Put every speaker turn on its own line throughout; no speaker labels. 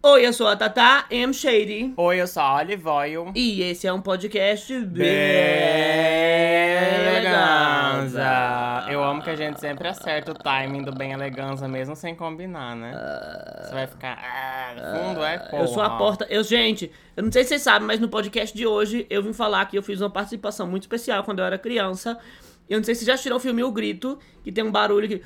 Oi, eu sou a Tata M. Shady.
Oi, eu sou a Olive Oil.
E esse é um podcast
Bem Eleganza. Eu amo que a gente sempre acerta o timing do Bem Eleganza, mesmo sem combinar, né? Você vai ficar. "Ah, no fundo é porra.
Eu sou a porta. Eu, gente, eu não sei se vocês sabem, mas no podcast de hoje eu vim falar que eu fiz uma participação muito especial quando eu era criança. Eu não sei se já tirou o filme O Grito, que tem um barulho que.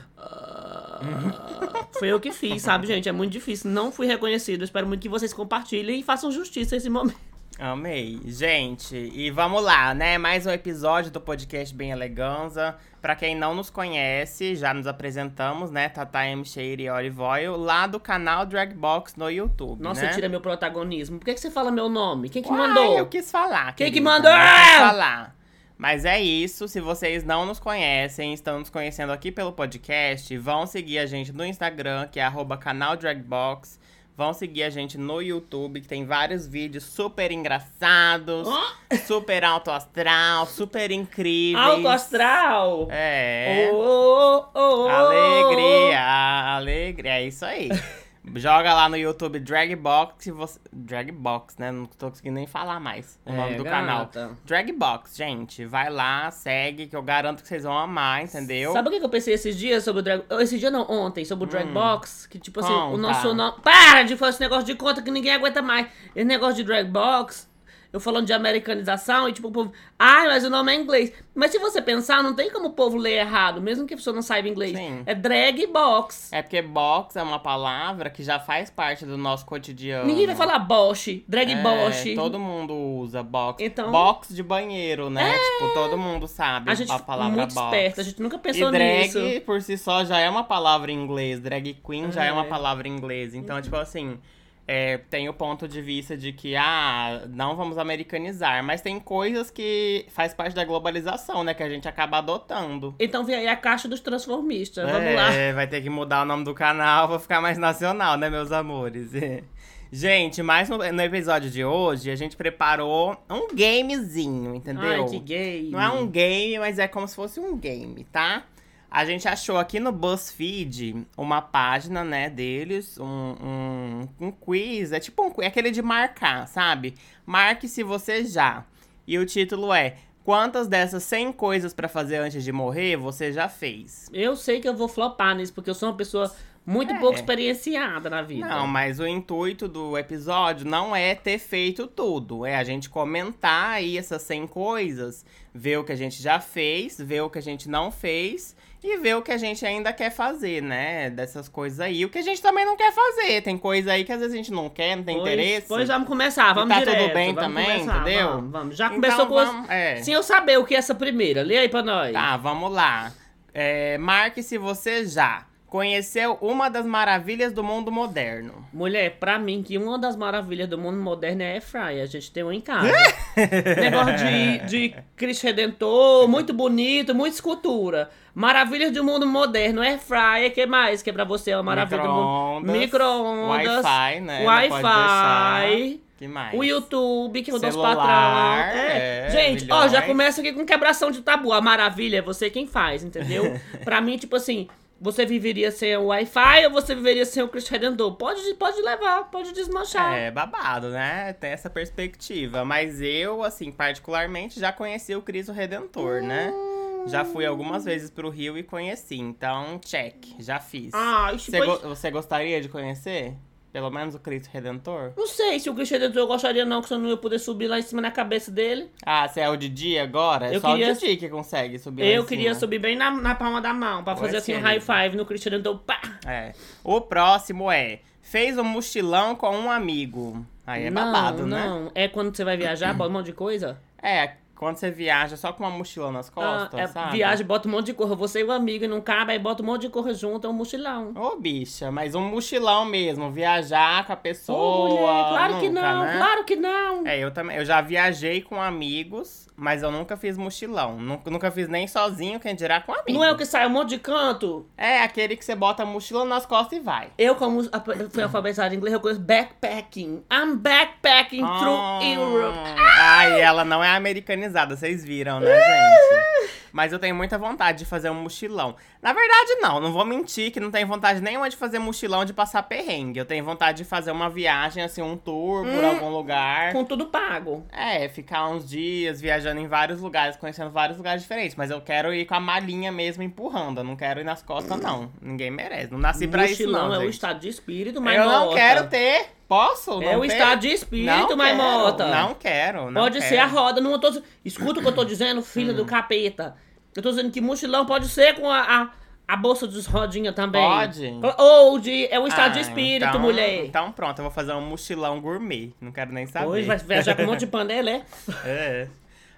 Foi eu que fiz, sabe, gente? É muito difícil. Não fui reconhecido. Eu espero muito que vocês compartilhem e façam justiça a esse momento.
Amei. Gente, e vamos lá, né? Mais um episódio do podcast Bem Eleganza. Pra quem não nos conhece, já nos apresentamos, né? Tata M. Sheiri e Olive Oil, lá do canal Dragbox no YouTube.
Nossa,
né?
tira meu protagonismo. Por que, que você fala meu nome? Quem que
Uai,
mandou?
Eu quis falar.
Quem que
querida,
mandou?
Eu quis falar. Mas é isso. Se vocês não nos conhecem, estão nos conhecendo aqui pelo podcast, vão seguir a gente no Instagram, que é arroba canal Dragbox. Vão seguir a gente no YouTube, que tem vários vídeos super engraçados,
Hã?
super alto astral, super incríveis.
Alto astral!
É.
Oh, oh, oh, oh.
Alegria, alegria, é isso aí. Joga lá no YouTube Dragbox e você. Dragbox, né? Não tô conseguindo nem falar mais o
É,
nome do
gata.
canal. Dragbox, gente. Vai lá, segue, que eu garanto que vocês vão amar, entendeu?
Sabe o que que eu pensei esses dias sobre o Drag... oh, Esse dia não, ontem, sobre o Dragbox? Que tipo assim, o
Hum. Conta.
nosso nome... Para de falar esse negócio de conta que ninguém aguenta mais. Esse negócio de Dragbox, eu falando de americanização e tipo o povo... Ai, mas o nome é inglês. Mas se você pensar, não tem como o povo ler errado, mesmo que a pessoa não saiba inglês.
Sim.
É Dragbox.
É porque box é uma palavra que já faz parte do nosso cotidiano.
Ninguém vai falar Bosch, Drag
É,
Bosch.
Todo mundo usa box.
Então- É.
Box de banheiro, né? Tipo, todo mundo sabe
A gente
a palavra
muito
box.
esperta, a gente nunca
E
pensou
drag,
nisso.
por si só, já é uma palavra em inglês. Drag queen já é uma
É. Uhum.
palavra em inglês. Então, tipo assim, é, tem o ponto de vista de que, ah, não vamos americanizar. Mas tem coisas que faz parte da globalização, né? Que a gente acaba adotando.
Então vem aí a caixa dos transformistas. Então, Vamos
É,
lá.
vai ter que mudar o nome do canal, vou ficar mais nacional, né, meus amores? Gente, mas no, no episódio de hoje, a gente preparou um gamezinho, entendeu?
Ai, que gay.
Não é um game, mas é como se fosse um game, tá? A gente achou aqui no BuzzFeed uma página, né, deles, um, um, um quiz. É tipo um, qui- é aquele de marcar, sabe? Marque se você já. E o título é Quantas dessas 100 coisas pra fazer antes de morrer você já fez?
Eu sei que eu vou flopar nisso, porque eu sou uma pessoa muito
É.
pouco experienciada na vida.
Não, mas o intuito do episódio não é ter feito tudo. É a gente comentar aí essas 100 coisas, ver o que a gente já fez, ver o que a gente não fez e ver o que a gente ainda quer fazer, né? Dessas coisas aí. O que a gente também não quer fazer. Tem coisa aí que às vezes a gente não quer, não tem
pois,
interesse.
Pois vamos começar, vamos
tá tudo
direto.
bem
vamos
também,
começar,
entendeu?
Vamos, vamos. Já
Então,
começou com...
vamos- é.
Sem eu saber o que é essa primeira. Lê aí pra nós.
Tá, vamos lá. É, marque se você já conheceu uma das maravilhas do mundo moderno.
Mulher, pra mim, que uma das maravilhas do mundo moderno é a air fryer. A gente tem um em casa.
É?
Negócio de, de Cristo Redentor, muito bonito, muita escultura. Maravilhas do mundo moderno, air fryer, que mais que é pra você é uma maravilha do mundo? Micro-ondas.
Wi-Fi, né? Não pode
Wi-Fi.
deixar. que mais?
O YouTube, que é o nosso
Celular,
patrão.
é,
Gente, ó, já
milhões.
começa aqui com quebração de tabu. A maravilha é você quem faz, entendeu? pra mim, tipo assim, você viveria sem o Wi-Fi ou você viveria sem o Cristo Redentor? Pode, pode levar, pode desmanchar.
É, babado, né? Tem essa perspectiva. Mas eu, assim, particularmente, já conheci o Cristo Redentor, né?
Hum.
Já fui algumas vezes pro Rio e conheci. Então, check. Já fiz.
Ah, isso
você,
foi...
go- você gostaria de conhecer? Pelo menos o Cristo Redentor?
Não sei se o Cristo Redentor eu gostaria não, que se eu não ia poder subir lá em cima na cabeça dele.
Ah, você é o Didi agora? É
Eu
só
queria-
o Didi que consegue subir lá em
eu queria
cima.
subir bem na, na palma da mão, pra
Vai
fazer assim
ser,
um high
amigo.
five no Cristo Redentor. Pá!
É. O próximo é... Fez um mochilão com um amigo. Aí é babado, né?
não. É quando você vai viajar, bota um monte de coisa?
É, quando você viaja só com uma mochila nas costas,
é,
sabe?
Viagem, bota um monte de corra. Você e o amigo e não cabe, aí bota um monte de corra junto, é um mochilão.
Ô, bicha, mas um mochilão mesmo, viajar com a
Ô,
pessoa.
mulher, claro que
nunca,
não,
né?
claro que não.
É, eu também. Eu já viajei com amigos, mas eu nunca fiz mochilão. Nunca, nunca fiz nem sozinho, quem dirá com amigo.
Não é o que sai um monte de canto?
É aquele que você bota a mochila nas costas e vai.
Eu, como ap- eu fui alfabetizada em inglês, eu conheço backpacking. I'm backpacking
Ah.
through Europe.
Ai, ela não é americanizada, vocês viram, né, gente? Mas eu tenho muita vontade de fazer um mochilão. Na verdade, não, não vou mentir que não tenho vontade nenhuma de fazer mochilão de passar perrengue. Eu tenho vontade de fazer uma viagem, assim, um tour por
Hum.
algum lugar.
Com tudo pago.
É, ficar uns dias viajando em vários lugares, conhecendo vários lugares diferentes. Mas eu quero ir com a malinha mesmo empurrando. Eu não quero ir nas costas, não. Ninguém merece. Não nasci pra isso,
Mochilão
não.
é o
gente.
estado de espírito, mas
eu não
nota.
quero ter. Posso?
É
não
o
ter?
estado de
não
espírito,
quero,
Maimota.
Não quero. Não
Pode
quero. Hum.
ser a roda, não tô... Escuta o que eu tô dizendo, filho do capeta. Eu tô dizendo que mochilão pode ser com a, a, a bolsa de rodinha também.
Pode.
Ou de... É o estado de
Ah,
espírito,
então-
mulher.
Então pronto, eu vou fazer um mochilão gourmet. Não quero nem saber.
Hoje vai viajar com um monte de panela, é?
É.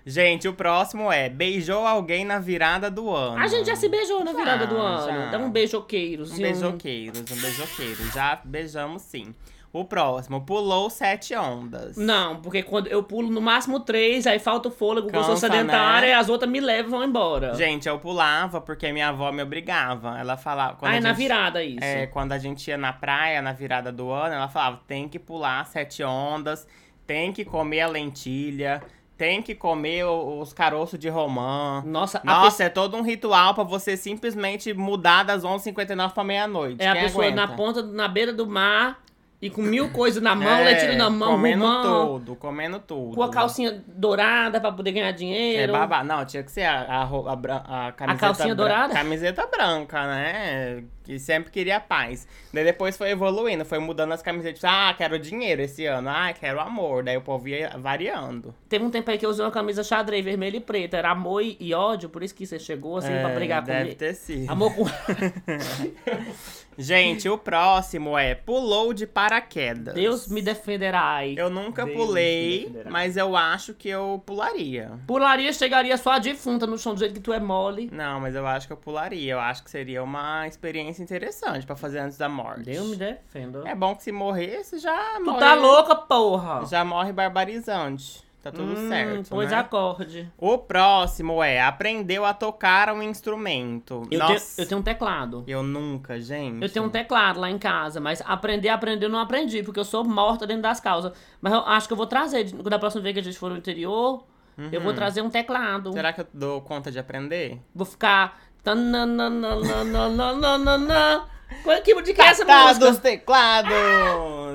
Gente, o próximo é beijou alguém na virada do ano.
A gente já se beijou na virada do
Já,
ano.
já.
Dá um beijoqueiros.
Um
e
beijoqueiros, um beijoqueiro. Já beijamos sim. O próximo, pulou sete ondas.
Não, porque quando eu pulo no máximo três, aí falta o fôlego, porque eu sou
Cansa,
sedentária,
né?
as outras me levam e vão embora.
Gente, eu pulava porque minha avó me obrigava. Ela falava. quando
Ah,
a
é na
gente-
virada isso.
É, quando a gente ia na praia, na virada do ano, ela falava: tem que pular sete ondas, tem que comer a lentilha, tem que comer o- os caroços de romã.
Nossa, a pessoa-
Nossa, é todo um ritual pra você simplesmente mudar das 11h59 pra meia-noite.
é a
Quem
pessoa
aguenta?
na ponta, na beira do mar, e com mil coisas na mão,
É,
letilho na mão,
Comendo
rumão,
tudo, comendo tudo.
com a calcinha dourada pra poder ganhar
É
dinheiro.
babá. Não, tinha que ser a, a, ro- a bran- a camiseta
calcinha
bran-
dourada?
Camiseta branca, né? Que sempre queria paz. Daí depois foi evoluindo, foi mudando as camisetas. Ah, quero dinheiro esse ano. Ah, quero amor. Daí o povo ia variando.
Teve um tempo aí que eu usei uma camisa xadrez, vermelha e preta. Era amor e e ódio, por isso que você chegou assim pra
É,
brigar
Deve
comigo.
ter sido.
Amor com.
Gente, o próximo é pulou de paraquedas.
Deus me defenderá.
Eu nunca
Deus me
pulei,
defenderá.
mas eu acho que eu pularia.
Pularia, chegaria só a defunta no chão do jeito que tu é mole.
Não, mas eu acho que eu pularia. Eu acho que seria uma experiência interessante pra fazer antes da morte.
Deus me defenda.
É bom que se morrer, você já
tu
morre.
tá louca, porra!
Já morre barbarizante. Tá tudo
Hum,
certo.
Pois
né?
acorde.
O próximo é aprendeu a tocar um instrumento.
Eu, tenho,
Nossa,
eu tenho um teclado.
eu nunca, gente.
Eu tenho um teclado lá em casa, mas aprender, aprender, eu não aprendi, porque eu sou morta dentro das causas. Mas eu acho que eu vou trazer, de- da próxima vez que a gente for no interior, eu vou trazer um teclado.
Uhum. Será que eu dou conta de aprender?
Vou ficar. tanananananananana. Qual- Que de que é essa música?
dos teclados!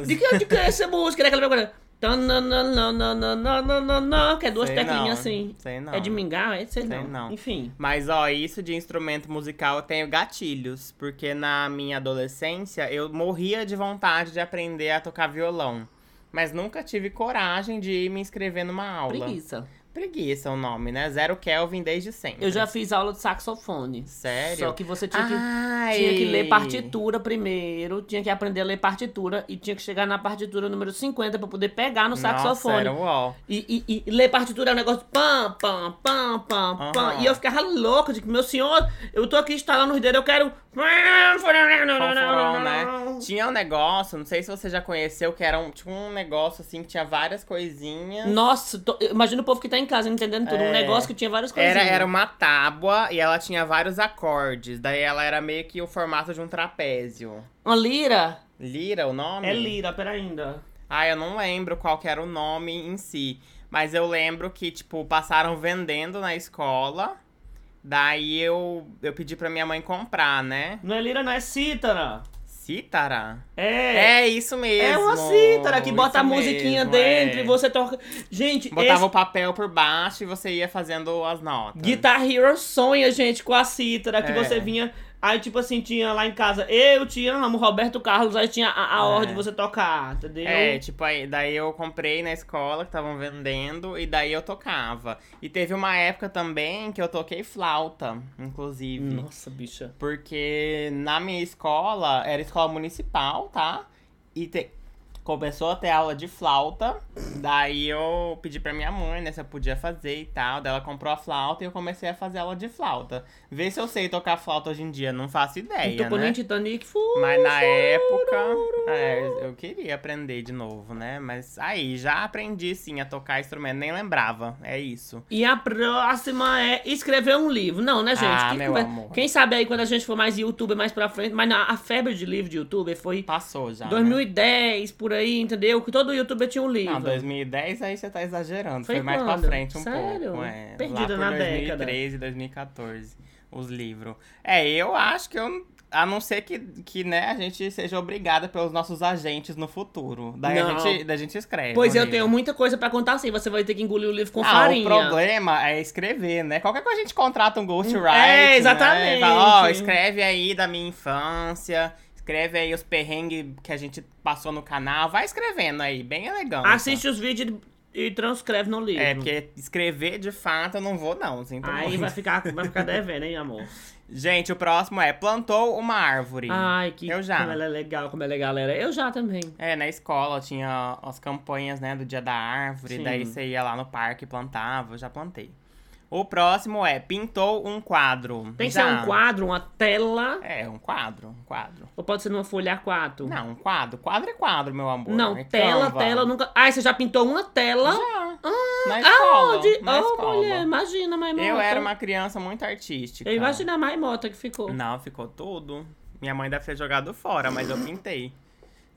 De que, de que é essa música? Daquela coisa. Tanananananananana, Que é duas
Sei
teclinhas
não,
assim.
Sei não.
É de mingar? É, sei,
Sei
não.
não.
Enfim.
Mas ó, isso de instrumento musical eu tenho gatilhos, porque na minha adolescência eu morria de vontade de aprender a tocar violão, mas nunca tive coragem de ir me inscrever numa aula.
Preguiça.
Preguiça é o nome, né? Zero Kelvin desde sempre.
Eu já fiz aula de saxofone.
Sério? Ah,
Só que você tinha que,
Ai.
tinha que ler partitura primeiro, tinha que aprender a ler partitura e tinha que chegar na partitura número 50 pra poder pegar no
Nossa,
saxofone.
era um uó.
E, e- e ler partitura é um negócio pam, pam, pam, pam, pam.
Aham.
E eu ficava louca de que, meu senhor, eu tô aqui instalando os dedos, eu quero.
Fanfarrão, um né? Tinha um negócio, não sei se você já conheceu, que era um, tipo um negócio assim que tinha várias coisinhas.
Nossa, tô- imagina o povo que tá em casa entendendo tudo. Um
É.
negócio que tinha várias coisas.
Era, era um uma tábua e ela tinha vários acordes. Daí ela era meio que o formato de um trapézio.
Uma lira?
Lira o nome?
É lira, pera ainda.
Ah, eu não lembro qual que era o nome em si. Mas eu lembro que, tipo, passaram vendendo na escola. Daí eu, eu pedi pra minha mãe comprar, né?
Não é lira, não é cítara.
Cítara?
É.
É, isso mesmo.
É uma cítara que
Isso
bota a musiquinha
mesmo,
dentro
é.
e você toca. Gente,
Botava
esse...
o papel por baixo e você ia fazendo as notas.
Guitar Hero sonha, gente, com a cítara que
É.
você vinha. Aí, tipo assim, tinha lá em casa, eu te amo, Roberto Carlos, aí tinha a, a
É.
ordem de você tocar, entendeu? Hum.
É, tipo, aí, daí eu comprei na escola que estavam vendendo e daí eu tocava. E teve uma época também que eu toquei flauta, inclusive.
Nossa, bicha.
Porque na minha escola, era escola municipal, tá? E te- começou a ter aula de flauta. Daí eu pedi pra minha mãe, né, se eu podia fazer e tal. Daí ela comprou a flauta e eu comecei a fazer aula de flauta. Vê se eu sei tocar flauta hoje em dia, não faço
Não
ideia,
tocou
né?
nem Titanic, fu.
Mas na época, é, eu queria aprender de novo, né? Mas aí, já aprendi sim a tocar instrumento, nem lembrava, é isso.
E a próxima é escrever um livro. Não, né, gente?
Ah,
Quem
meu
conver-
amor.
Quem sabe aí quando a gente for mais youtuber mais pra frente. Mas não, a febre de livro de youtuber foi
Passou já. né?
2010, por aí, entendeu? Que todo youtuber tinha um livro.
Não, 2010 aí você tá exagerando.
Foi
Foi, mais pra
quando?
frente um
Sério?
pouco. É.
Perdida
Lá por
na
2013, 2014, os livros. É, eu acho que eu. A não ser que, que né, a gente seja obrigada pelos nossos agentes no futuro. Daí a
Não.
gente, daí a gente escreve. um
Pois
o
eu
livro.
tenho muita coisa pra contar assim, você vai ter que engolir o livro com
ah,
farinha.
o problema é escrever, né? Qualquer coisa a gente contrata um ghostwriter.
É, exatamente.
Né? Fala, ó, escreve aí da minha infância, escreve aí os perrengues que a gente passou no canal. Vai escrevendo aí, bem elegante.
Assiste os vídeos e e transcreve no livro.
tá. É, porque escrever de fato eu não vou, não. Sinto
Aí
muito.
vai ficar, vai ficar devendo, hein, amor?
Gente, o próximo é plantou uma árvore.
Ai, que
Eu já.
como ela é legal, como ela é galera. Eu já também.
É, na escola tinha as campanhas, né, do dia da árvore,
Sim.
daí você ia lá no parque e plantava, eu já plantei. O próximo é pintou um quadro.
Tem que
Já.
ser um quadro, uma tela,
É, um quadro, um quadro.
ou pode ser numa folha A4?
Não, um quadro. Quadro é quadro, meu amor.
Não,
É
tela,
Canva.
tela nunca. Ai, você já pintou uma tela?
Já.
Ah,
Na escola.
Aonde?
Na
oh,
escola.
mulher, imagina, Maimota.
Eu era uma criança muito artística.
Eu imagino a Maimota que ficou.
Não, ficou tudo. Minha mãe deve ter jogado fora, mas eu pintei.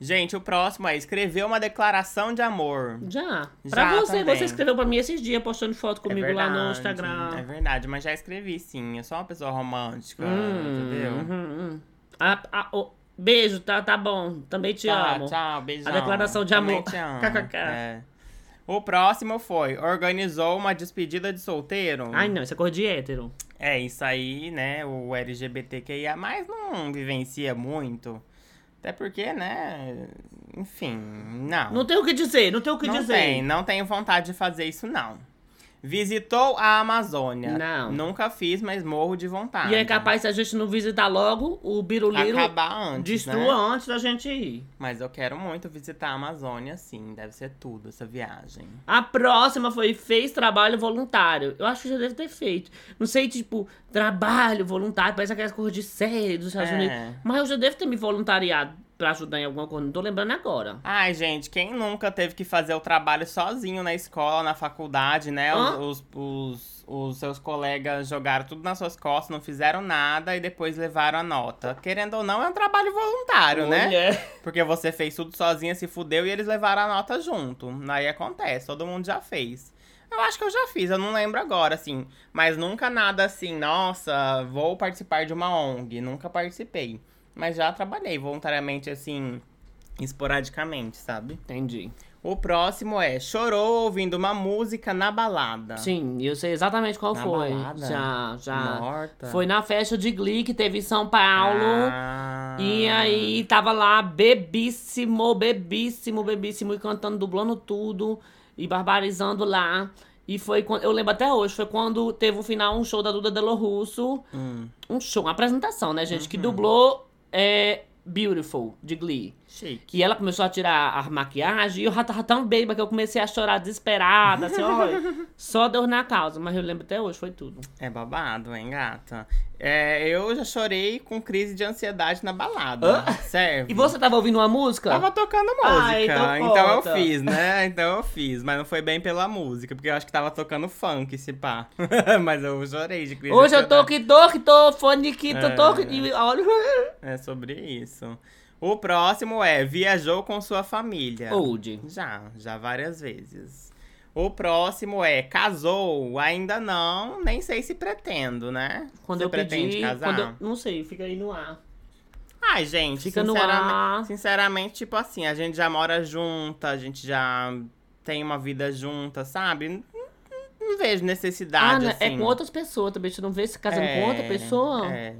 Gente, o próximo é escrever uma declaração de amor.
Já.
Já
Pra você,
também.
você escreveu pra mim esses dias postando foto
É
comigo lá no
verdade, É
Instagram.
verdade, mas já escrevi sim. Eu sou uma pessoa romântica,
Hum,
entendeu?
uhum, uhum. Ah, ah, oh, Beijo, tá, tá bom. Também te
Tá,
amo.
Tchau, beijão.
declaração de
Também
amor.
Te amo.
KKK.
É. O próximo foi: organizou uma despedida de solteiro.
Ai, não, isso é cor de hétero.
É, isso aí, né? O LGBTQIA não vivencia muito. Até porque, né? Enfim, não.
Não tem o que dizer, não tem o que
Ah. não
dizer.
tem, não tenho vontade de fazer isso, não. Visitou a Amazônia.
Não.
Nunca fiz, mas morro de vontade.
E é capaz, se a gente não visitar logo, o Biruliro
acabar antes.
destrua
Né?
antes da gente ir.
Mas eu quero muito visitar a Amazônia, sim. Deve ser tudo essa viagem.
A próxima foi fez trabalho voluntário. Eu acho que já deve ter feito. Não sei, tipo, trabalho voluntário, parece aquelas coisas de série dos Estados
É.
Unidos. Mas eu já devo ter me voluntariado pra ajudar em alguma coisa. Não tô lembrando agora.
Ai, gente, quem nunca teve que fazer o trabalho sozinho na escola, na faculdade, né?
Hã?
Os, os, os- os seus colegas jogaram tudo nas suas costas, não fizeram nada e depois levaram a nota. Querendo ou não, é um trabalho voluntário, né?
Mulher.
Porque você fez tudo sozinha, se fudeu e eles levaram a nota junto. Aí acontece, todo mundo já fez. Eu acho que eu já fiz, eu não lembro agora, assim. Mas nunca nada assim, nossa, vou participar de uma ONG. Nunca participei. Mas já trabalhei voluntariamente, assim, esporadicamente, sabe?
Entendi.
O próximo é chorou ouvindo uma música na balada.
Sim, eu sei exatamente qual
Tá. Na
foi.
balada?
Já, já.
Morta.
Foi na festa de Glee que teve em São Paulo.
Ah.
E aí tava lá bebíssimo, bebíssimo, bebíssimo e cantando, dublando tudo e barbarizando lá. E foi quando, eu lembro até hoje, foi quando teve o final um show da Duda Delo Russo,
Hum,
um show, uma apresentação, né, gente, que
Uhum.
dublou é, Beautiful de Glee.
chique.
Que ela começou a tirar a maquiagem e eu já tava tão bêbada é que eu comecei a chorar desesperada, assim, olha, só dor na causa, mas eu lembro até hoje, foi tudo.
É babado, hein, gata? É, eu já chorei com crise de ansiedade na balada.
Hã?
Sério.
E você tava ouvindo uma música?
Uhum. Tava tocando música.
Ah, então
eu
conta.
fiz, né? Então eu fiz. Mas não foi bem pela música, porque eu acho que tava tocando funk, se pá. mas eu chorei de crise de
Hoje eu tô
ansiedade.
que tô, que tô, faniquito,
É.
tô, que... e olha...
É sobre isso. O próximo é viajou com sua família.
Old.
Já, já várias vezes. O próximo é casou, ainda não, nem sei se pretendo, né?
Quando
Você
eu
pretende
pedi,
casar?
quando eu- não sei, fica aí no ar.
Ai, gente,
Fica no
sinceramente,
ar. Ah,
sinceramente, tipo assim, a gente já mora junta, a gente já tem uma vida junta, sabe? Não, não- não vejo
Ah,
necessidade,
né,
assim.
é com outras pessoas também. Você não vê se casando com outra
É,
pessoa?
É.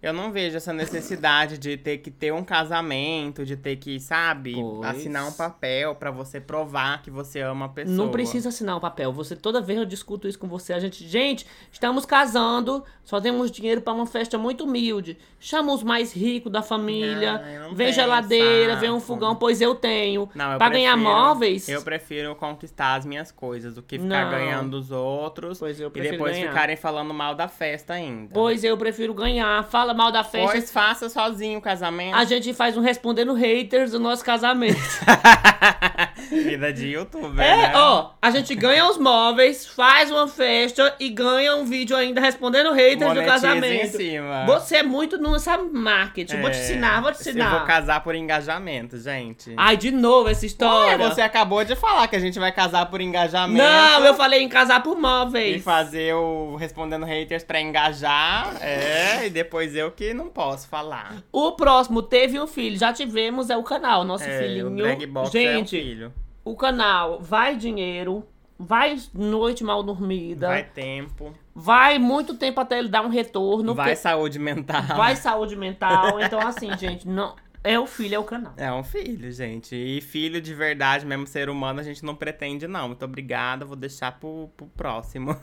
Eu não vejo essa necessidade de ter que ter um casamento, de ter que, sabe,
Pois.
assinar um papel pra você provar que você ama a pessoa.
Não precisa assinar o papel. Você toda vez eu discuto isso com você. A gente, gente, estamos casando, só temos dinheiro pra uma festa muito humilde. Chama os mais ricos da família.
Ah, eu não
vem
tenho
geladeira,
saco.
vem um fogão, pois eu tenho.
Não, eu
pra ganhar
prefiro-
móveis?
Eu prefiro conquistar as minhas coisas do que ficar
Não.
ganhando dos outros
Pois eu
e
prefiro
depois
ganhar.
ficarem falando mal da festa ainda.
Pois eu prefiro ganhar. Fala mal da festa.
Pois faça sozinho o casamento.
A gente faz um respondendo haters do nosso casamento.
Vida de youtuber, né?
É, ó, a gente ganha os móveis, faz uma festa e ganha um vídeo ainda respondendo haters
Monetiza
do
em
casamento.
cima.
Você é muito nessa marketing. Vou te
É,
ensinar, vou te
Eu vou
ensinar.
casar por engajamento, gente.
Ai, de novo essa
Ué,
história.
você é acabou de falar que a gente vai casar por engajamento.
Não, eu falei em casar por móveis.
E fazer o Respondendo Haters pra engajar. É, e depois eu que não posso falar.
O próximo teve um filho, já tivemos, é o canal, nosso
É,
filhinho.
o Drag Box é um
Gente,
filho.
o canal vai dinheiro, vai noite mal dormida,
Vai
vai,
tempo,
muito tempo até ele dar um retorno,
vai
porque-
saúde mental.
vai saúde mental. Então, assim, gente, não. É o filho, é o canal.
É um filho, gente. E filho de verdade, mesmo ser humano, a gente não pretende, não. Muito obrigada, vou deixar pro, pro próximo.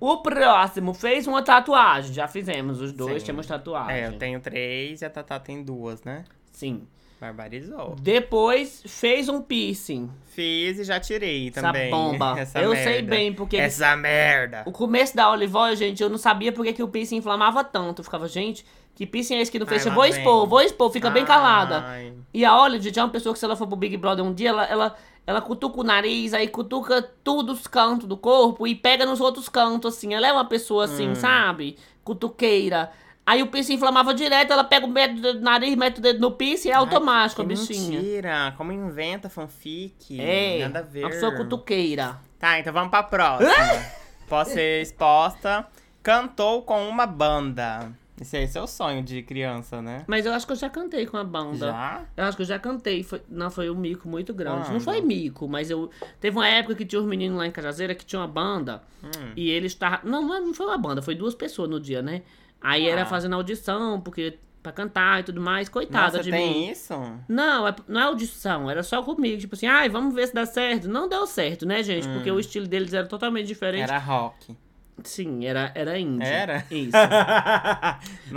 O próximo fez uma tatuagem. Já fizemos os dois,
Sim.
temos tatuagem.
é, eu tenho três e a Tatá tem duas, né?
Sim.
Barbarizou.
Depois fez um piercing.
Fiz e já tirei
Essa
também.
bomba.
Essa
eu
merda.
sei bem porque.
Essa merda.
O começo da Olivoy, gente, eu não sabia porque que o piercing inflamava tanto. Eu ficava, gente, que piercing é esse que não fecha?
Ai, lá
Vou expor,
vem.
vou expor, fica
Ah.
bem calada.
Ai.
E a Oli, gente, é uma pessoa que se ela for pro Big Brother um dia, ela, ela, ela cutuca o nariz, aí cutuca todos os cantos do corpo e pega nos outros cantos, assim. Ela é uma pessoa
Hum.
assim, sabe? Cutuqueira. Aí o piercing inflamava direto, ela pega o dedo do nariz, mete o dedo no piercing e é automático, a
Que
bichinha.
Mentira, como inventa fanfic.
É,
nada a ver.
uma pessoa cutuqueira.
Tá, então vamos pra próxima. Posso ser exposta. Cantou com uma banda. Esse é esse é o sonho de criança, né?
Mas eu acho que eu já cantei com a banda.
Já?
Eu acho que eu já cantei. Foi, não, foi um mico muito grande. Não
Quando?
foi mico, mas eu. Teve uma época que tinha uns meninos lá em Cajazeira que tinha uma banda.
Hum.
E eles estavam. Não, é, não foi uma banda, foi duas pessoas no dia, né? Aí era
Ah.
fazendo audição, porque. pra cantar e tudo mais. Coitada
Nossa,
de
tem
mim.
isso?
Não, é- não é audição, era só comigo. Tipo assim, ai, vamos ver se dá certo. Não deu certo, né, gente? Porque o estilo deles era totalmente diferente.
Hum. Era rock.
Sim, era, era indie.
Era?
Isso.
Nossa,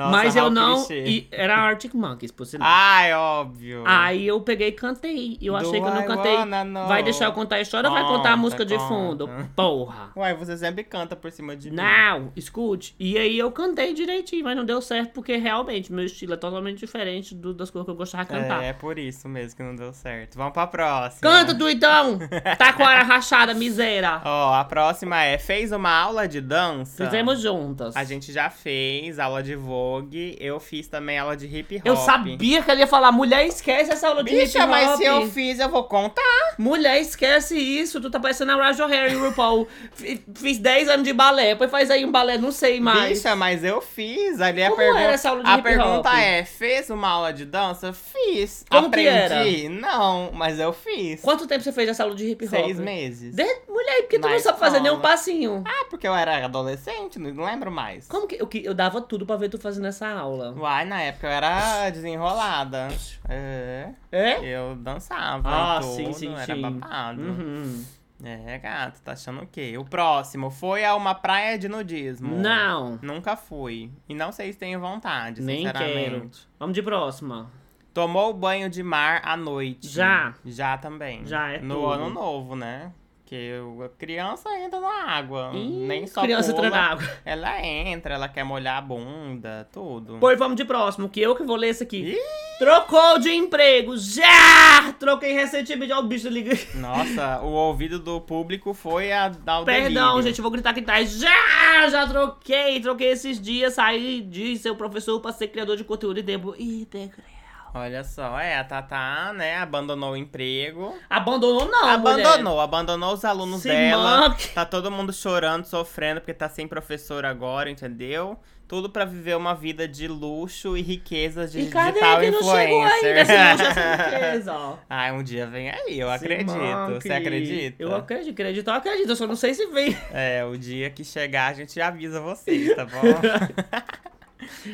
Ah,
mas eu
rock
não.
clichê.
E era Arctic Monkeys, por sinal.
Ai, óbvio.
Aí eu peguei e cantei. Eu achei que eu não
I
cantei.
wanna know?
Vai deixar eu contar a história ou vai contar a
Conta,
música de
conta.
fundo? Porra!
Uai, você sempre canta por cima de mim.
Não, escute. E aí eu cantei direitinho, mas não deu certo porque realmente meu estilo é totalmente diferente do- das coisas que eu gostava de cantar.
É, é por isso mesmo que não deu certo. Vamos pra próxima.
Canta, Duidão! Tá com a hora rachada, miséria!
Ó, tá. a próxima é: fez uma aula de dança?
Fizemos juntas.
A gente já fez aula de Vogue, eu fiz também aula de hip hop.
Eu sabia que ele ia falar, mulher esquece essa aula de
Bicha,
hip
mas
hop.
se eu fiz, eu vou contar.
Mulher esquece isso, tu tá parecendo a Raja Harry, RuPaul. F- Fiz 10 anos de balé, depois faz aí um balé, não sei mais.
Bicha, mas eu fiz. Ali a
Como
pergunta.
era essa aula de
a
hip hop?
pergunta é: fez uma aula de dança? Fiz.
Como que
Aprendi? Não, mas eu fiz.
Quanto tempo você fez essa aula de hip hop?
Seis meses.
De- Mulher, porque tu
Na
não sabe fazer
escola.
nenhum passinho.
Ah, porque eu era adolescente, não lembro mais.
Como que eu, que- eu dava tudo pra ver tu fazendo essa aula?
Uai, na época eu era desenrolada. É.
É?
Eu dançava.
Ah,
e tudo,
sim, sim,
era
sim.
babado.
Uhum.
É, gato, tá achando o quê? O próximo foi a uma praia de nudismo.
Não.
Nunca fui. E não sei se tenho vontade,
Nem quero.
sinceramente.
Vamos de próxima.
Tomou banho de mar à noite.
Já.
Já também.
Já é
No
tudo.
ano novo, né? Porque eu- a criança entra na água.
Ih,
Hum, nem só
criança
pula,
entrando na água.
Ela entra, ela quer molhar a bunda, tudo.
Pois vamos de próximo, que eu que vou ler esse aqui.
Ih.
Trocou de emprego. Já! Troquei recentemente. Olha o bicho ligando.
Nossa, o ouvido do público foi a dar o
Perdão,
delírio.
gente, eu vou gritar aqui atrás. Já! Já troquei. Troquei esses dias. Saí de ser professor pra ser criador de conteúdo e tempo integral.
Olha só, é, a Tatá, né, abandonou o emprego.
Abandonou não, Ah, mulher.
Abandonou, abandonou os alunos
Se
dela.
manque.
Tá todo mundo chorando, sofrendo, porque tá sem professor agora, entendeu? Tudo pra viver uma vida de luxo e riquezas de
E cadê
digital
que não chegou ainda esse luxo,
influencer.
essa riqueza, é ó?
Ai, um dia vem aí, eu
Se
acredito.
manque.
Você acredita?
Eu acredito, acredito, eu acredito. Eu só não sei se vem.
É, o dia que chegar a gente avisa vocês, tá bom?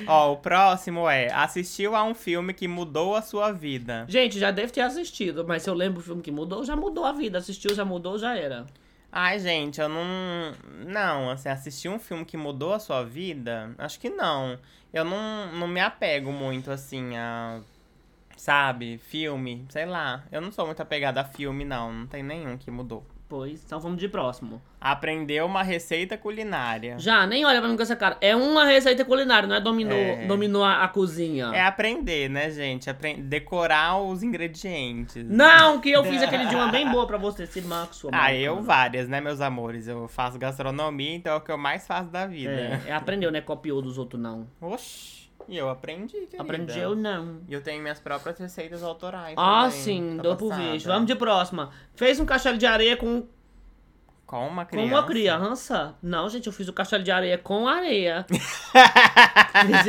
Ó, o próximo é: assistiu a um filme que mudou a sua vida.
Gente, já deve ter assistido, mas se eu lembro o filme que mudou, já mudou a vida. Assistiu, já mudou, já era.
Ai, gente, eu não. Não, assim, assistir um filme que mudou a sua vida, acho que não. Eu não, não me apego muito, assim, a. Sabe, filme, sei lá. Eu não sou muito apegada a filme, não. Não tem nenhum que mudou.
Pois, então vamos de próximo.
Aprender uma receita culinária.
Já, nem olha pra mim com essa cara. É uma receita culinária, não é dominou,
É.
dominou a, a cozinha.
É aprender, né, gente? Apren- Decorar os ingredientes.
Não, que eu fiz aquele de uma bem boa pra você, Cid Marcos. Sua
Ah,
marca.
eu várias, né, meus amores? Eu faço gastronomia, então é o que eu mais faço da vida.
É, é, aprendeu, né? Copiou dos outros, não.
Oxi, e eu aprendi, querida.
Aprendeu, não.
E eu tenho minhas próprias receitas autorais
Ah,
também,
sim,
tá
dou por
passada.
visto. Vamos de próxima. Fez um castelo de areia com,
Com uma
com
criança.
uma criança? Não, gente, eu fiz o castelo de areia com areia. fez,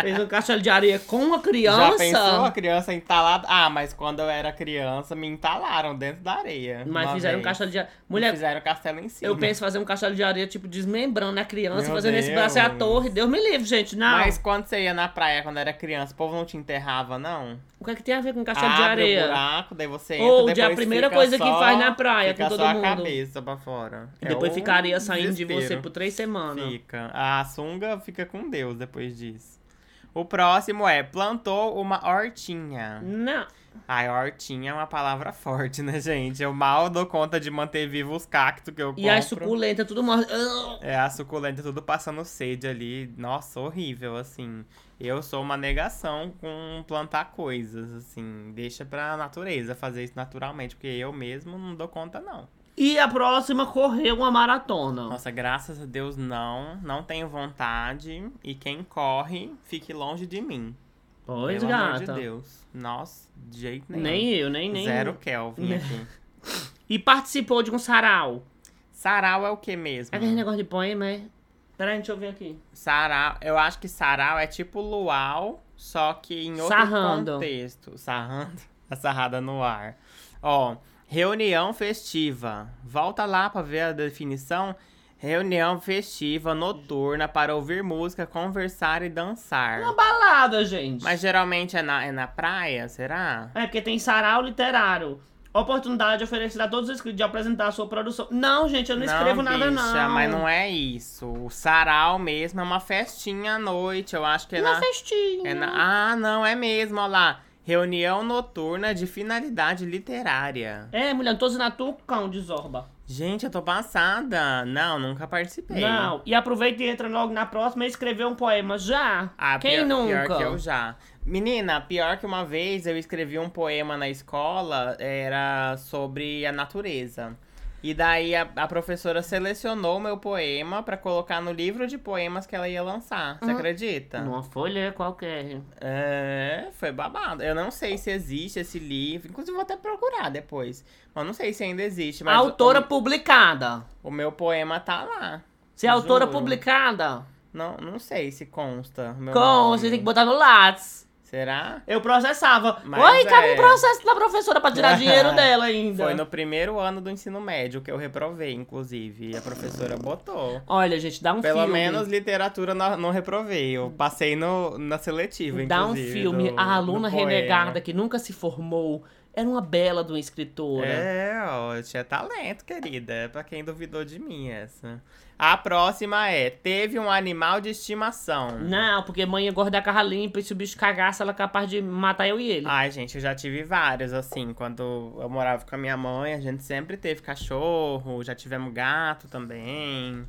fez um castelo de areia com uma
Já
criança?
pensou a criança entalada? Ah, mas quando eu era criança, me entalaram dentro da areia.
Mas
uma
fizeram um
vez.
castelo de areia.
E
Mulher,
Fizeram castelo em cima.
eu penso em fazer um castelo de areia, tipo, desmembrando a criança,
né? Meu
fazendo esse
Deus.
braço é a torre. Deus me livre, gente. Não.
Mas quando você ia na praia quando era criança, o povo não te enterrava, não?
O que é que tem a ver com castelo de
Abre
areia?
o buraco, daí você entra,
Ou de a
depois
primeira
fica
coisa que
só-
faz na praia
fica
com todo
só
mundo.
a cabeça pra fora.
E
É
depois
um
ficaria saindo de você
desespero.
por três semanas.
Fica. A sunga fica com Deus depois disso. O próximo é plantou uma hortinha.
Não.
Ai, hortinha é uma palavra forte, né, gente? Eu mal dou conta de manter vivo os cactos que eu compro.
E as suculentas, tudo morre.
É, a suculenta tudo passando sede ali. Nossa, horrível, assim. Eu sou uma negação com plantar coisas, assim. Deixa pra natureza fazer isso naturalmente, porque eu mesmo não dou conta, não.
E a próxima correu uma maratona.
Nossa, graças a Deus, não. Não tenho vontade. E quem corre, fique longe de mim.
Pois,
Pelo amor de
gata.
Deus. Nossa, de jeito nenhum.
Nem eu, nem nem.
Zero Kelvin
Nem-
aqui.
E participou de um sarau.
Sarau é o que mesmo?
É aquele negócio de poema, é? Peraí, deixa eu ver aqui.
Sarau, eu acho que sarau é tipo luau, só que em outro
Sarrando.
contexto. Sarrando. A sarrada no ar. Ó, reunião festiva. Volta lá pra ver a definição. Reunião festiva, noturna, para ouvir música, conversar e dançar.
Uma balada, gente.
Mas geralmente é na, é na praia, será?
É, porque tem sarau literário. Oportunidade oferecida a todos os inscritos de apresentar a sua produção. Não, gente, eu não, escrevo nada,
bicha,
não.
Mas não é isso. O sarau mesmo é uma festinha à noite. Eu acho que é
Uma
na.
festinha.
É na... Ah, não, é mesmo, olha lá. Reunião noturna de finalidade litorária.
É, mulher, não tô dizendo a tu, cão de zorba.
Gente, eu tô passada. Não, nunca participei.
Não, e aproveita e entra logo na próxima e escreveu um poema já.
Ah,
Quem
pior,
nunca?
Pior que eu já. Menina, pior que uma vez eu escrevi um poema na escola, era sobre a natureza. E daí a, a professora selecionou meu poema pra colocar no livro de poemas que ela ia lançar.
Hum.
Você acredita?
Numa folha qualquer.
É, foi babado. Eu não sei se existe esse livro. Inclusive, vou até procurar depois. Mas não sei se ainda existe. Mas
autora publicada.
O, o meu poema tá lá.
Se é autora
Juro.
publicada,
Não, não sei se consta. o Meu
com,
nome.
você tem que botar no Lattes.
Será?
Eu processava.
Mas
Oi, cabe um
é.
processo da professora pra tirar dinheiro dela ainda.
Foi no primeiro ano do ensino médio que eu reprovei, inclusive. E a professora botou.
Olha, gente, dá um
Pelo
filme.
menos literatura não, não reprovei. Eu passei no, na seletiva,
dá um
inclusive,
filme.
do-
a aluna
do poema.
renegada que nunca se formou era uma bela de uma escritora.
É, ó, eu tinha talento, querida. É Pra quem duvidou de mim, essa. A próxima é: teve um animal de estimação.
Não, porque mãe é gorda da carra limpa e se o bicho cagasse, ela é capaz de matar eu e ele.
Ai, gente, eu já tive vários, assim. Quando eu morava com a minha mãe, a gente sempre teve cachorro, já tivemos gato também.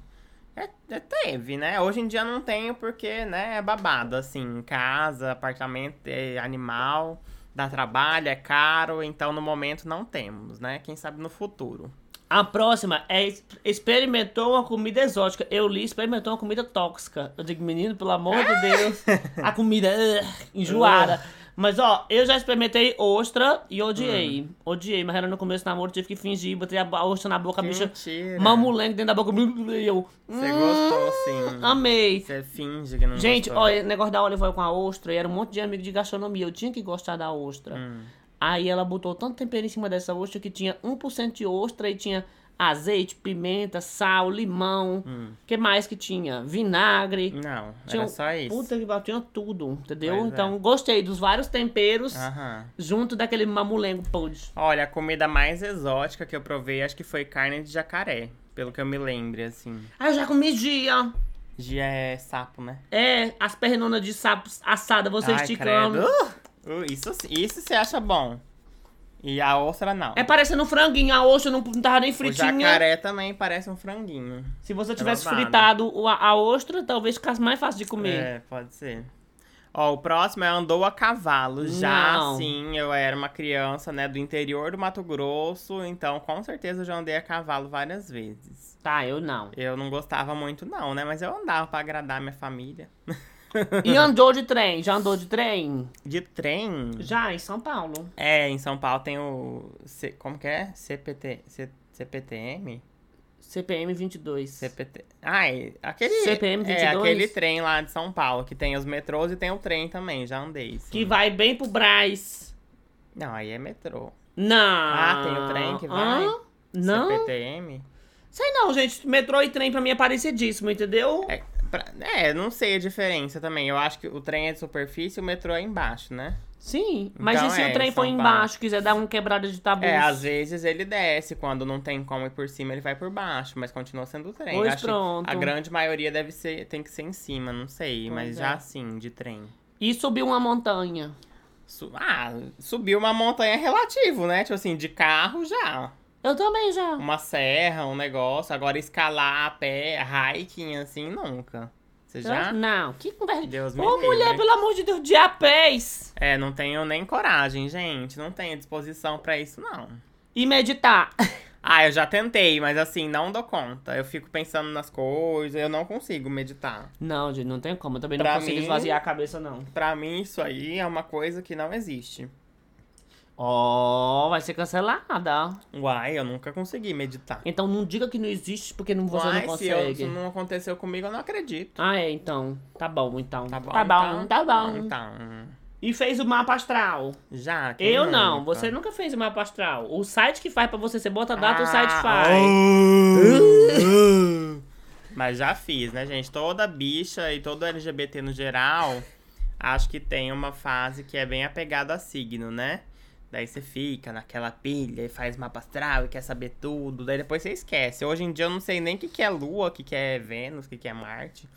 É, é, teve, né? Hoje em dia não tenho porque, né, é babado, assim. Casa, apartamento, é animal, dá trabalho, é caro. Então, no momento, não temos, né? Quem sabe no futuro.
A próxima é ex- experimentou uma comida exótica. Eu li experimentou uma comida tóxica. Eu digo, menino, pelo amor de Deus, a comida ugh, enjoada. Mas ó, eu já experimentei ostra e
Hum.
odiei. Odiei, mas era no começo do namoro, tive que fingir, botei a a ostra na boca, a bicha
Mentira.
mamulengo dentro da boca. E eu "Hum,
Você gostou, sim.
amei.
Você finge que não
Gente,
gostou.
olha, o negócio da olive oil com a ostra, e era um monte de amigo de gastronomia, eu tinha que gostar da
Hum.
ostra. Aí ela botou tanto tempero em cima dessa ostra que tinha 1% de ostra e tinha azeite, pimenta, sal, limão.
Hum.
que mais que tinha? Vinagre.
Não,
Tinha
era
um-
só Hum, é isso.
Puta que pariu, tinha tudo, entendeu?
Pois é. Ah.
então, gostei dos vários temperos
Aham.
junto daquele mamulengo pud.
Olha, a comida mais exótica que eu provei acho que foi carne de jacaré, pelo que eu me lembro, assim.
Ah, eu já comi dia.
Já é sapo, né?
É, as pernonas de sapo assada, você
Ai, Uh,
esticando.
credo. Uh, isso, isso você acha bom. E a ostra não.
É parecendo um franguinho, a ostra não, não tava nem
o
fritinha.
jacaré também parece um franguinho.
Se você tivesse
babado.
fritado o- a, a ostra, talvez ficasse mais fácil de comer.
É, pode ser. Ó, o próximo é andou a cavalo. Já
Não.
sim, eu era uma criança, né, do interior do Mato Grosso, então com certeza eu já andei a cavalo várias vezes.
Tá, eu não.
Eu não gostava muito não, né, mas eu andava pra agradar minha família.
E andou de trem? Já andou de trem?
De trem?
Já, em São Paulo.
É, em São Paulo tem o C- como que é? CPT, C- CPTM?
CPM 22.
CPT. Ah, é aquele
CPM
é
22?
aquele trem lá de São Paulo que tem os metrôs e tem o trem também, já andei. sim.
Que vai bem pro Brás.
Não, aí é metrô.
Não.
Ah, tem o trem que vai?
Hã? Não?
CPTM?
Sei não, gente. Metrô e trem pra mim é parecidíssimo, entendeu?
É, pra- é, não sei a diferença também. Eu acho que o trem é de superfície e o metrô é embaixo, né?
Sim. Mas
Então
e se
é,
o trem
em
for
São
embaixo, quiser dar uma quebrada de tabu?
É, às vezes ele desce, quando não tem como ir por cima, ele vai por baixo, mas continua sendo o trem.
Pois
Acho que
pronto.
A grande maioria deve ser, tem que ser em cima, não sei,
Pois
mas
é.
já assim, de trem.
E subir uma montanha.
Su- ah, subir uma montanha é relativo, né? Tipo assim, de carro já.
Eu também já.
Uma serra, um negócio. Agora escalar a pé, hiking, assim, nunca. Você já?
Eu- Não, que conversa.
Deus me
Ô,
livre.
mulher, pelo amor de Deus, de a pés.
É, não tenho nem coragem, gente. Não tenho disposição pra isso, não.
E meditar.
Ah, eu já tentei, mas assim, não dou conta. Eu fico pensando nas coisas, eu não consigo meditar.
Não, gente, não tem como. Eu também
Pra
não consigo
mim-
esvaziar a cabeça, não.
Pra mim, isso aí é uma coisa que não existe.
Ó, vai ser cancelada.
Uai, eu nunca consegui meditar.
Então não diga que não existe, porque não, você
Uai,
não
se, eu,
consegue.
se não aconteceu comigo, eu não acredito.
Ah, é, então. Tá bom, então.
Tá bom,
tá bom.
então?
Tá bom.
Então, Tá
E fez o mapa astral.
já. quem
Eu não,
nunca?
você nunca fez o mapa astral. O site que faz pra você, você bota a data, o
Ah,
site faz.
oh. Mas já fiz, né, gente? Toda bicha e todo LGBT no geral, acho que tem uma fase que é bem apegada a signo, né? Daí você fica naquela pilha e faz mapa astral e quer saber tudo. Daí depois você esquece. Hoje em dia eu não sei nem o que, que é Lua, o que, que é Vênus, o que, que é Marte.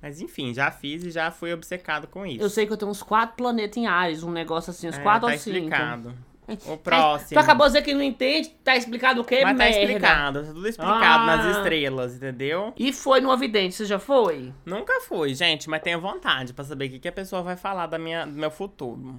Mas enfim, já fiz e já fui obcecado com isso.
Eu sei que eu tenho uns quatro planetas em Ares, um negócio assim, uns
É,
quatro
tá
ou cinco. É,
explicado. O
Tu
próximo.
acabou de dizer que não entende, tá explicado o quê?
Mas tá
Merda.
explicado, tá tudo explicado nas
Ah.
estrelas, entendeu?
E foi no Avidente, você já foi?
Nunca fui, gente, mas tenho vontade pra saber o que, que a pessoa vai falar da minha, do meu futuro.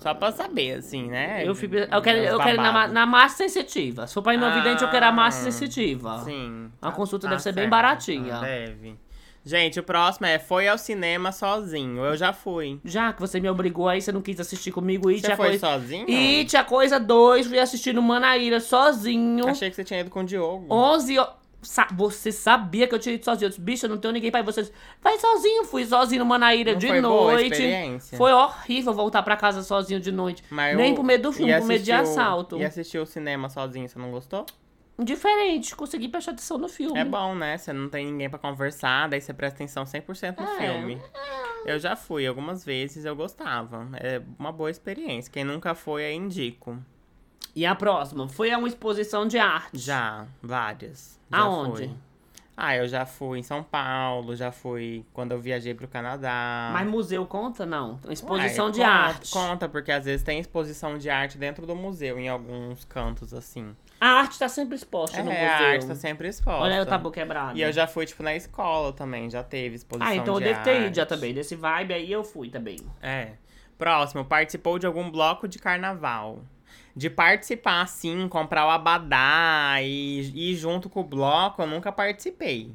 Só pra saber, assim, né?
Hum. eu, fico, eu quero, eu
Os
quero na, ma-
babados.
na massa sensitiva. Se for pra ir no Avidente, eu quero a massa
Ah,
sensitiva.
Sim.
A consulta deve ser bem
certo,
baratinha.
tá, Deve. Gente, o próximo é Foi ao cinema sozinho. Eu já fui.
Já que você me obrigou aí, você não quis assistir comigo, It,
Você
a
foi
coisa...
sozinho?
It, a coisa 2, fui assistir no Manaíra sozinho.
Achei que você tinha ido com o Diogo.
11 horas. Sa- você sabia que eu tinha ido sozinho. Eu disse, bicho, eu não tenho ninguém pra ir. Você disse, vai sozinho. Fui sozinho no Manaíra
Não
de
foi boa a
noite.
experiência?
foi horrível voltar pra casa sozinho de noite.
Mas
Nem
eu-
por medo do filme,
e
por medo de
assistiu-
assalto.
E assistiu o cinema sozinho, você não gostou?
Diferente, consegui prestar atenção no filme.
É bom, né? Você não tem ninguém pra conversar, daí você presta atenção 100% no
É.
filme. Eu já fui algumas vezes, eu gostava. É uma boa experiência. Quem nunca foi, eu indico.
E a próxima? Foi a uma exposição de arte.
Já, várias. Já
Aonde?
fui. Ah, eu já fui em São Paulo, já fui quando eu viajei pro Canadá.
Mas museu conta? Não. Exposição
Uai,
de
conta-
arte.
Conta, porque às vezes tem exposição de arte dentro do museu, em alguns cantos, assim.
A arte tá sempre exposta no museu.
É, a arte tá sempre exposta.
Olha aí o tabu quebrado.
E eu já fui, tipo, na escola também, já teve exposição
Ah, então eu
de
devo ter ido já
arte.
também. Desse vibe aí eu fui também.
É. Próximo, participou de algum bloco de carnaval. De participar, assim, comprar o abadá e ir junto com o bloco, eu nunca participei.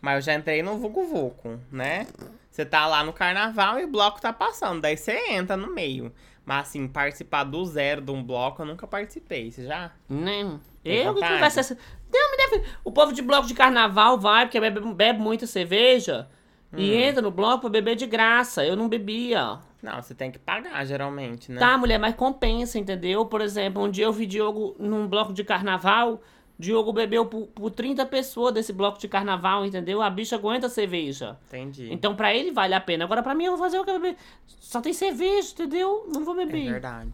Mas eu já entrei no Vucu Vucu, né? Você tá lá no carnaval e o bloco tá passando, daí você entra no meio. Mas, assim, participar do zero de um bloco, eu nunca participei. Você já?
Né?
Tem
Eu que
vontade?
conversa essa. Deus me deve. O povo de bloco de carnaval vai, porque bebe, bebe muita cerveja.
Hum.
E entra no bloco pra beber de graça. Eu não bebia.
Não, você tem que pagar, geralmente, né?
Tá, mulher, mas compensa, entendeu? Por exemplo, um dia eu vi Diogo num bloco de carnaval. Diogo bebeu por, por 30 pessoas desse bloco de carnaval, entendeu? A bicha aguenta cerveja.
Entendi.
Então pra ele vale a pena. Agora pra mim eu vou fazer o que eu beber. Só tem cerveja, entendeu? Não vou
É
beber.
verdade.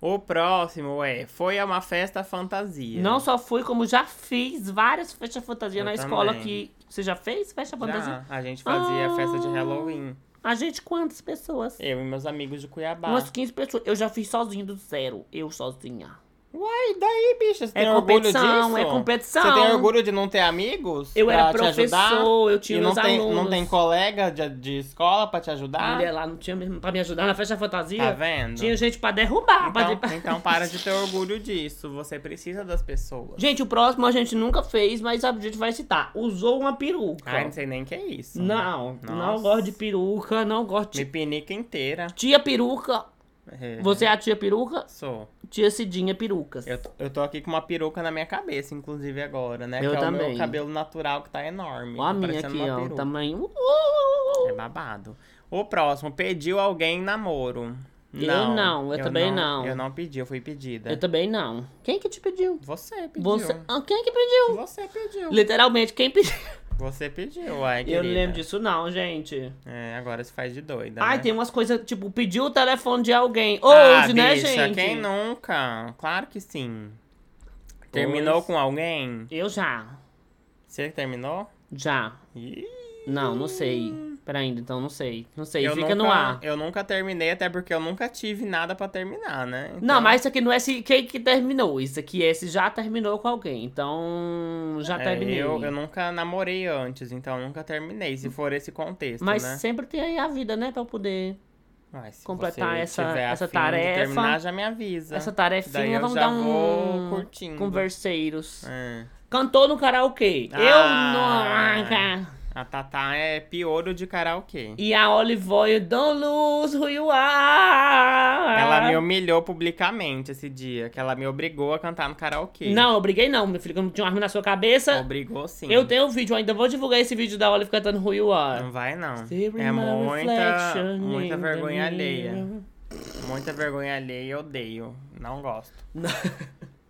O próximo é, foi a uma festa fantasia.
não só fui, como já fiz várias festas fantasia
Eu
na escola
também.
que. Você já fez festa fantasia?
Já, a gente fazia
Ah.
festa de Halloween.
A gente, quantas pessoas?
Eu e meus amigos de Cuiabá.
Umas 15 pessoas. Eu já fiz sozinho do zero. Eu sozinha.
Uai, daí, bicha, você
É
tem orgulho disso?
competição, é competição.
Você tem orgulho de não ter amigos?
Eu
pra
era
te ajudar?
professor, eu tinha
e não
meus
tem,
alunos.
não tem colega de, de escola pra te ajudar?
Mulher lá não tinha mesmo pra me ajudar na festa da fantasia.
Tá vendo?
Tinha gente pra derrubar. pra-
Então, então para de ter orgulho disso. Você precisa das pessoas.
Gente, o próximo a gente nunca fez, mas a gente vai citar. Usou uma peruca.
Ai, não sei nem que é isso.
não, não
Nossa.
gosto de peruca, não gosto
Me
de...
pinica inteira.
Tia peruca,
É.
você é a tia peruca?
Sou.
Tia Cidinha perucas.
Eu, tô- eu tô aqui com uma peruca na minha cabeça, inclusive, agora, né?
Eu
que é o
também.
meu cabelo natural que tá enorme.
Ó a
tá
minha
parecendo
aqui, ó,
uma
Uh! tá
peruca.
tamanho...
É babado. O próximo, pediu alguém em namoro.
Eu não, eu também não.
Eu não pedi, eu fui pedida.
Eu também não. Quem que te pediu?
Você É pediu.
Você... Ah, quem que pediu?
Você pediu.
Literalmente, quem pediu?
Você pediu, ai,
Eu
querida.
não lembro disso não, gente.
É, agora se faz de doida,
Ai,
né?
tem umas coisas, tipo, pediu o telefone de alguém.
Ah,
Hoje, né,
bicha,
gente?
quem nunca? Claro que sim. Terminou
Pois.
com alguém?
Eu já,
Você que terminou?
já.
Ih,
Não, não sei. Peraí, então não sei. Não sei,
Hum. eu
fica
nunca,
no ar.
Eu nunca terminei, até porque eu nunca tive nada pra terminar, né?
Não,
Então-
mas isso aqui não é se quem que terminou. Isso aqui é se já terminou com alguém. Então, já
É,
terminei.
eu, eu nunca namorei antes, então eu nunca terminei, se for esse contexto,
Mas
né?
sempre tem aí a vida, né, pra eu poder...
Mas se
completar
você
essa-
tiver
essa
afim de
tarefa-
terminar, já me avisa.
Essa
É. Daí
tarefinha,
eu
vamos
já
dar
vou
um...
curtindo.
Converseiros.
É.
Cantou no karaokê.
Ah.
Eu não... Ah,
A Tatá é piolho de karaokê.
E a Olive Oil, don't lose who you are.
Ela me humilhou publicamente esse dia, que ela me obrigou a cantar no karaokê.
Não, eu briguei não, meu filho, que eu não tinha uma arma na sua cabeça.
Obrigou sim.
Eu tenho um vídeo ainda, vou divulgar esse vídeo da Olive cantando Who You Are.
Não vai não.
There
É
in my
muita,
reflection
muita
in the
vergonha
mirror.
alheia. Muita vergonha alheia, eu odeio. Não gosto.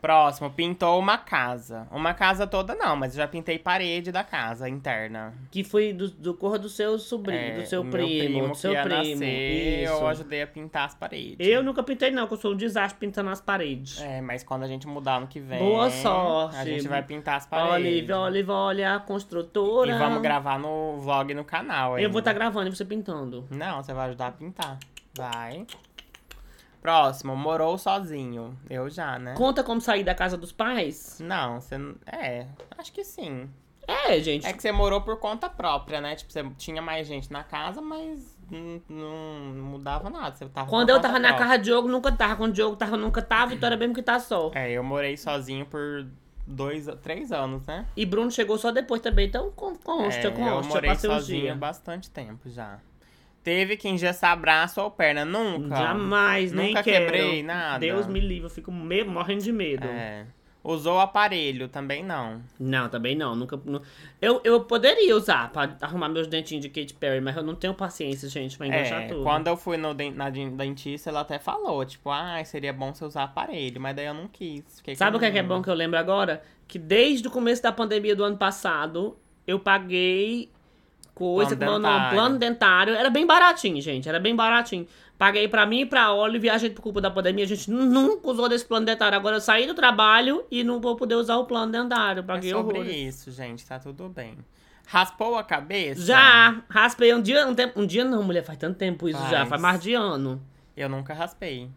Próximo, pintou uma casa. Uma casa toda não, mas eu já pintei parede da casa interna.
Que foi do, do cor do seu sobrinho,
É,
do seu
meu
primo, do
que
seu
ia
primo.
nascer,
Isso.
Eu ajudei a pintar as paredes.
Eu nunca pintei não, que eu sou um desastre pintando as paredes.
É, mas quando a gente mudar no que vem.
Boa sorte.
A gente vai pintar as paredes. né?
Olive, Olive, olha a construtora.
E vamos gravar no vlog no canal, hein?
Eu vou tá estar gravando e você pintando.
Não, você vai ajudar a pintar. Vai. Próximo, morou sozinho. Eu já, né?
Conta como sair da casa dos pais?
Não, você. não- É, acho que sim.
É, gente.
É que você morou por conta própria, né? Tipo, você tinha mais gente na casa, mas não, não mudava nada. Você tava
Quando
por
eu
conta
tava na
própria.
casa, Diogo nunca tava. Quando o Diogo tava, nunca tava. Vitória mesmo que tá só.
É, eu morei sozinho por dois, três anos, né?
E Bruno chegou só depois também, então con- consta,
é, eu
consta, eu
morei
passei um
sozinho há
dia.
bastante tempo já. Teve que engessar braço ou perna, nunca.
Jamais, nem
Nunca
quero.
quebrei nada.
Deus me livre, eu fico me- morrendo de medo.
É. Usou aparelho, também não.
Não, também não, nunca... nu- Eu, eu poderia usar pra arrumar meus dentinhos de Katy Perry, mas eu não tenho paciência, gente, pra engraxar
É,
tudo.
quando eu fui no den- na den- dentista, ela até falou, tipo, ah, seria bom você usar aparelho, mas daí eu não quis. fiquei
Sabe
com
o que é, que é
medo.
bom que eu lembro agora? Que desde o começo da pandemia do ano passado, eu paguei coisa,
Plano
plano, não,
dentário.
plano dentário. Era bem baratinho, gente, era bem baratinho. Paguei pra mim e pra Olive, a gente, por culpa da pandemia, a gente nunca usou desse plano dentário. Agora eu saí do trabalho e não vou poder usar o plano dentário.
É
Paguei
sobre
horrores.
isso, gente, tá tudo bem. Raspou a cabeça?
Já, raspei um dia, um, tempo, um dia não, mulher, faz tanto tempo isso já,
né? Faz.
faz mais de ano.
Eu nunca raspei.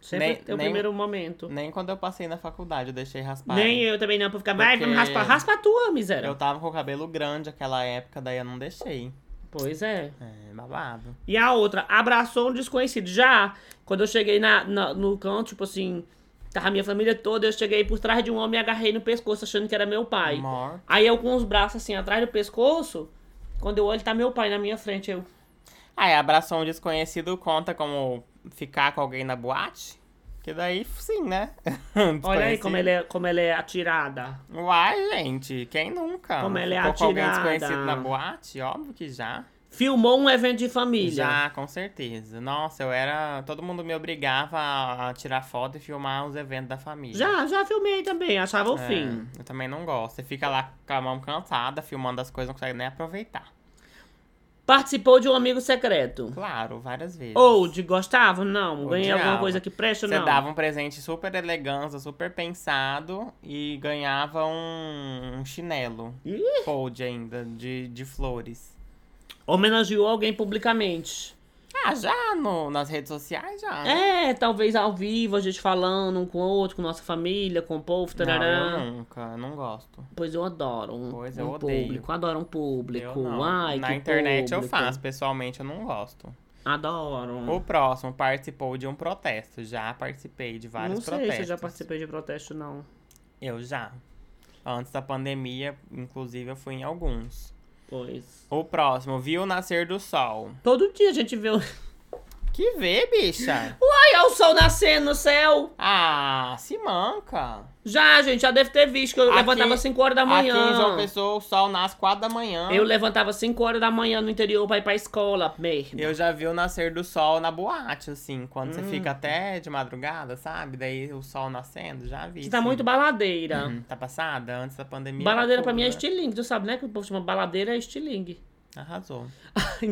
Sempre
Nem-
tem o
nem-
primeiro momento.
Nem quando eu passei na faculdade eu deixei raspar.
Nem eu também não, pra ficar, vai, vamos
Porque-
raspar, raspa a tua, miséria.
Eu tava com o cabelo grande aquela época, daí eu não deixei.
Pois é.
É, babado.
E a outra, abraçou um desconhecido. Já, quando eu cheguei na, na- no canto, tipo assim, tava minha família toda, eu cheguei por trás de um homem e agarrei no pescoço, achando que era meu pai.
Mor.
Aí eu com os braços assim, atrás do pescoço, quando eu olho, tá meu pai na minha frente. Eu,
Ah, é, abraçou um desconhecido conta como ficar com alguém na boate? Que daí, sim, né?
olha aí como ela,
Desconhecido.
é, como ela é atirada.
Uai, gente, quem nunca?
Como ela é
Ficou com alguém
atirada.
desconhecido na boate? Óbvio que já.
Filmou um evento de família.
Já, com certeza. Nossa, eu era. Todo mundo me obrigava a a tirar foto e filmar os eventos da família.
Já, já filmei também, achava o
É,
fim.
eu também não gosto. Você fica lá com a mão cansada, filmando as coisas, não consegue nem aproveitar.
Participou de um amigo secreto.
Claro, várias vezes.
Ou de gostava? Não. Ganhei
Odiava.
alguma coisa que preste?
Você
Não.
dava um presente super elegante, super pensado e ganhava um, um chinelo.
Ih.
Fold ainda, de, de flores.
Homenageou alguém publicamente.
Ah, já no, nas redes sociais já. né?
É, talvez ao vivo, a gente falando um com o outro, com nossa família, com o povo, tarará.
Não, eu nunca, eu não gosto.
Pois eu adoro um,
Pois
um
eu odeio.
público, adoro um
Eu
público.
não.
Ai,
Na
que
internet eu
público.
faço, pessoalmente eu não gosto.
Adoro.
O próximo participou de um protesto. Já participei de vários
não sei
protestos.
se eu já participei de protesto, não.
Eu já. Antes da pandemia, inclusive, eu fui em alguns.
Pois.
O próximo, viu o nascer do sol.
Todo dia a gente vê. o-
Que vê, bicha?
Uai, olha o sol nascendo no céu!
Ah, se manca.
Já, gente, já deve ter visto que eu
Aqui-
levantava 5 horas da manhã.
Aqui em João Pessoa, o sol nasce 4 da manhã.
Eu levantava 5 horas da manhã no interior pra ir pra escola mesmo.
Eu já vi o nascer do sol na boate, assim. Quando
Hum.
você fica até de madrugada, sabe? Daí o sol nascendo, já vi. assim.
Você tá
sim.
muito baladeira.
Hum, Tá passada? Antes da pandemia.
Baladeira
era
pra mim é
tudo,
estilingue, tu sabe, né? Que o povo chama baladeira é estilingue.
né? Arrasou.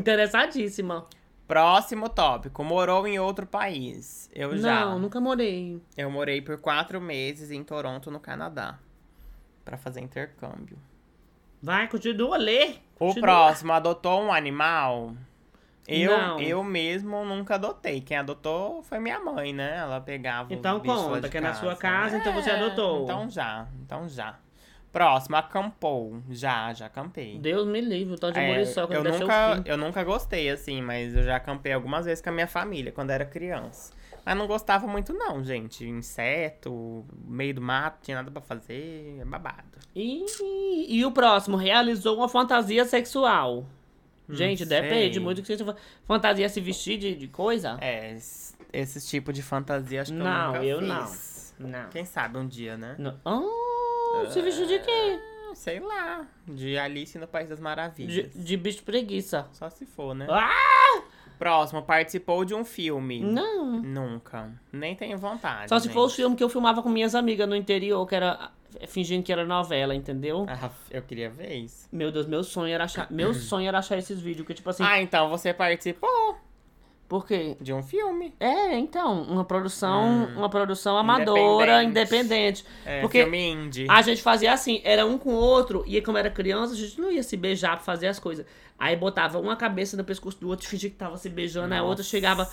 Interessadíssima.
Próximo tópico. Morou em outro país. Eu já.
Não, nunca morei.
Eu morei por quatro meses em Toronto, no Canadá. Pra fazer intercâmbio.
Vai, continua a ler.
O
Continua.
próximo adotou um animal? Eu,
Não.
eu mesmo nunca adotei. Quem adotou foi minha mãe, né? Ela pegava os
Então
bichos lá
conta
de
que é na sua casa, então você
É,
adotou.
Então já, então já. Próximo, acampou. Já, já acampei.
Deus me livre, tal de
É,
muriçoca.
eu,
deve ser o
nunca,
fim.
eu nunca gostei, assim, mas eu já acampei algumas vezes com a minha família, quando era criança. Mas não gostava muito, não, gente. Inseto, meio do mato, tinha nada pra fazer, é babado.
E, e o próximo, realizou uma fantasia sexual. Gente,
Hum, sei.
depende muito do que você fa- fantasia é se vestir de, de coisa.
É, es- esses tipos de fantasia acho que
Não,
eu
eu
nunca
não.
fiz.
Não.
Quem sabe um dia, né?
Não. Ah, se vestir de quê?
Ah, Sei lá, de Alice no País das
De,
Maravilhas.
de bicho preguiça.
Só se for, né?
Ah,
Próximo, participou de um filme.
não.
Nunca. Nem tenho vontade.
Só se
gente.
for o filme que eu filmava com minhas amigas no interior, que era eh, fingindo que era novela, entendeu?
Ah, eu queria ver isso.
Meu Deus, meu sonho era achar, meu sonho era achar esses vídeos, que tipo assim,
Ah, então você participou
porque
de um filme.
é, então, uma produção, uma produção amadora,
Independente.
independente.
É,
Porque
filme indie.
A gente fazia assim, era um com o outro, e como era criança, a gente não ia se beijar pra fazer as coisas. Aí botava uma cabeça no pescoço do outro, fingia que tava se beijando, aí a outra chegava,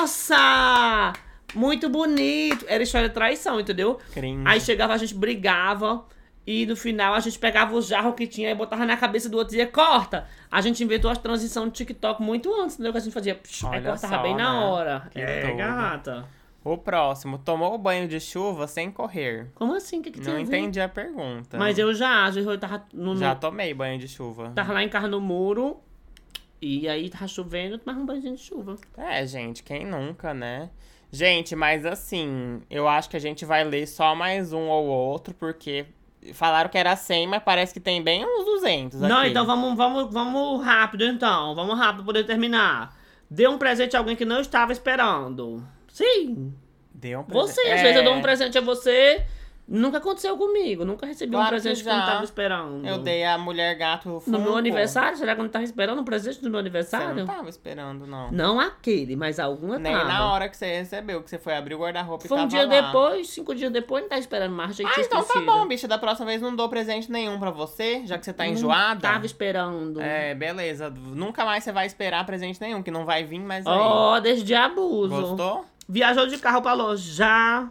nossa! Muito bonito! Era história de traição, entendeu?
Cringe.
Aí chegava, a gente brigava. E no final a gente pegava o jarro que tinha e botava na cabeça do outro e dizia, corta! A gente inventou as transição de TikTok muito antes, entendeu? Que a gente fazia, psh, aí
Olha
cortava
só,
bem na
né?
hora.
Que
é,
doido.
gata.
O próximo, tomou banho de chuva sem correr.
Como assim? O que, que tem
Não
a ver?
entendi a pergunta.
Mas eu Tá. já, às vezes eu tava, no,
Já tomei banho de chuva.
tava lá em casa no muro. E aí tava chovendo, eu tomava um banhozinho de chuva.
É, gente, quem nunca, né? Gente, mas assim, eu acho que a gente vai ler só mais um ou outro, porque falaram que era 100, mas parece que tem bem uns 200
Não,
aqui.
então vamos, vamos, vamos rápido então. Vamos rápido pra poder terminar. Dê um presente a alguém que não estava esperando. Sim.
Deu um presente.
Você, às vezes eu dou
É,
um presente a você. Nunca aconteceu comigo, nunca recebi um
Claro que
presente que, eu
já.
não tava esperando.
Eu dei a mulher gato
No meu
Funko.
aniversário? Será que eu não tava esperando um presente no meu
Você
aniversário?
não tava esperando, não.
Não aquele, mas alguma
Nem
tava.
na hora que você recebeu, que você foi abrir o guarda-roupa e
Foi
tava
um dia
lá.
depois, cinco dias depois, não tá esperando mais, achei que
Ah,
tinha
então tá
esquecido.
bom, bicha. Da próxima vez não dou presente nenhum pra você, já que você tá
Não
enjoada.
Tava esperando.
É, beleza. Nunca mais você vai esperar presente nenhum, que não vai vir mais aí.
Ordens de abuso.
Gostou?
Viajou de carro pra longe. Já.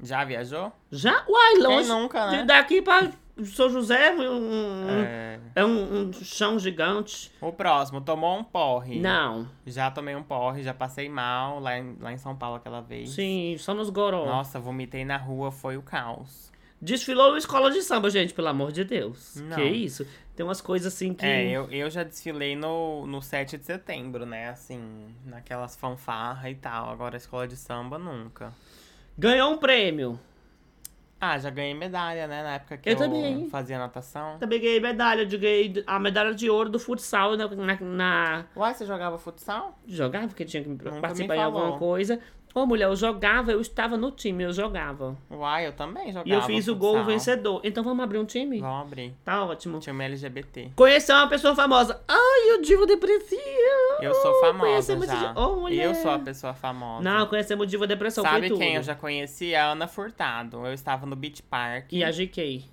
Já viajou?
Já? Uai, longe.
Quem nunca,
de-
né?
daqui pra São José um- um-
É.
é um, um chão gigante.
O próximo, tomou um porre.
Não.
Já tomei um porre, já passei mal lá em, lá em São Paulo aquela vez.
Sim, só nos goró.
Nossa, vomitei na rua, foi o caos.
Desfilou numa escola de samba, gente, pelo amor de Deus.
Não.
Que isso? Tem umas coisas assim que.
É, eu, eu já desfilei no, no 7 de setembro, né? Assim, naquelas fanfarras e tal. Agora, escola de samba, nunca.
Ganhou um prêmio.
Ah, já ganhei medalha, né? Na época que eu,
Eu também.
fazia natação.
Também ganhei medalha. De, ganhei a medalha de ouro do futsal na. na, na-
Uai, você jogava futsal?
Jogava, porque tinha que
me
participar em
falou.
alguma coisa. Ô, mulher, eu jogava, eu estava no time, eu jogava.
Uai, eu também jogava.
E eu fiz o gol
futsal.
vencedor. Então vamos abrir um time?
Vamos abrir.
Tá ótimo.
Tinha uma LGBT.
Conhecer uma pessoa famosa. Ai, eu digo depressivo.
Eu sou famosa
conhecemos esse
já.
di- Ô, mulher.
eu sou a pessoa famosa.
Não, conhecemos Diva Depressão, foi
Sabe
tudo.
quem eu já conheci? A Ana Furtado. Eu estava no Beach Park.
E a GK.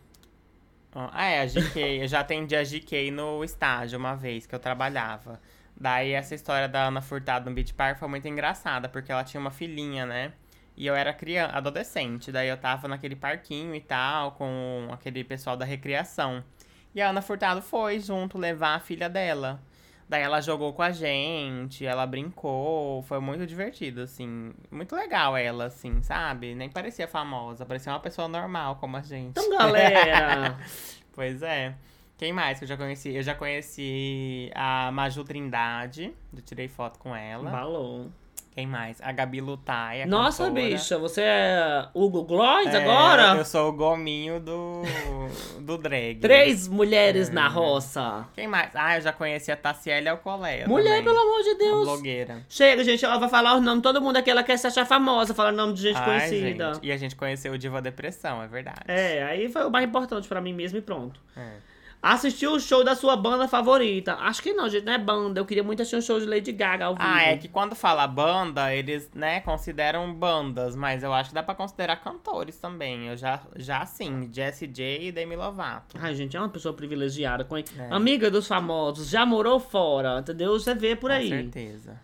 Ah, é, a GK. eu já atendi a GK no estágio uma vez que eu trabalhava. Daí essa história da Ana Furtado no Beach Park foi muito engraçada, porque ela tinha uma filhinha, né? E eu era criança, adolescente. Daí eu tava naquele parquinho e tal, com aquele pessoal da recreação. E a Ana Furtado foi junto levar a filha dela. Daí ela jogou com a gente, ela brincou, foi muito divertido, assim. Muito legal ela, assim, sabe? Nem parecia famosa, parecia uma pessoa normal como a gente.
Então, galera!
pois é. Quem mais que eu já conheci? Eu já conheci a Maju Trindade, eu tirei foto com ela.
um Balão.
Quem mais? A Gabi Lutai. A
Nossa,
cantora.
bicha, você é Hugo Gloss
É,
agora?
Eu sou o gominho do, do drag.
Três mulheres na roça.
Quem mais? Ah, É. eu já conheci a Tassiele Alcolea.
Mulher,
também,
pelo amor de
uma
Deus.
Blogueira.
Chega, gente, ela vai falar os nomes, todo mundo aqui, ela quer se achar famosa, falar nome de gente
Ai,
conhecida.
gente, E a gente conheceu o Diva Depressão, é verdade.
É, aí foi o mais importante pra mim mesmo e pronto.
É.
Assistiu o show da sua banda favorita? Acho que não, gente, não é banda. Eu queria muito assistir um show de Lady Gaga ao vivo.
Ah, é que quando fala banda, eles, né, consideram bandas, mas eu acho que dá pra considerar cantores também. Eu já, já sim, Jessie J e Demi Lovato.
Ai, gente, é uma pessoa privilegiada.
É.
conhe- Amiga dos famosos, já morou fora, entendeu? Você vê por aí.
Com certeza.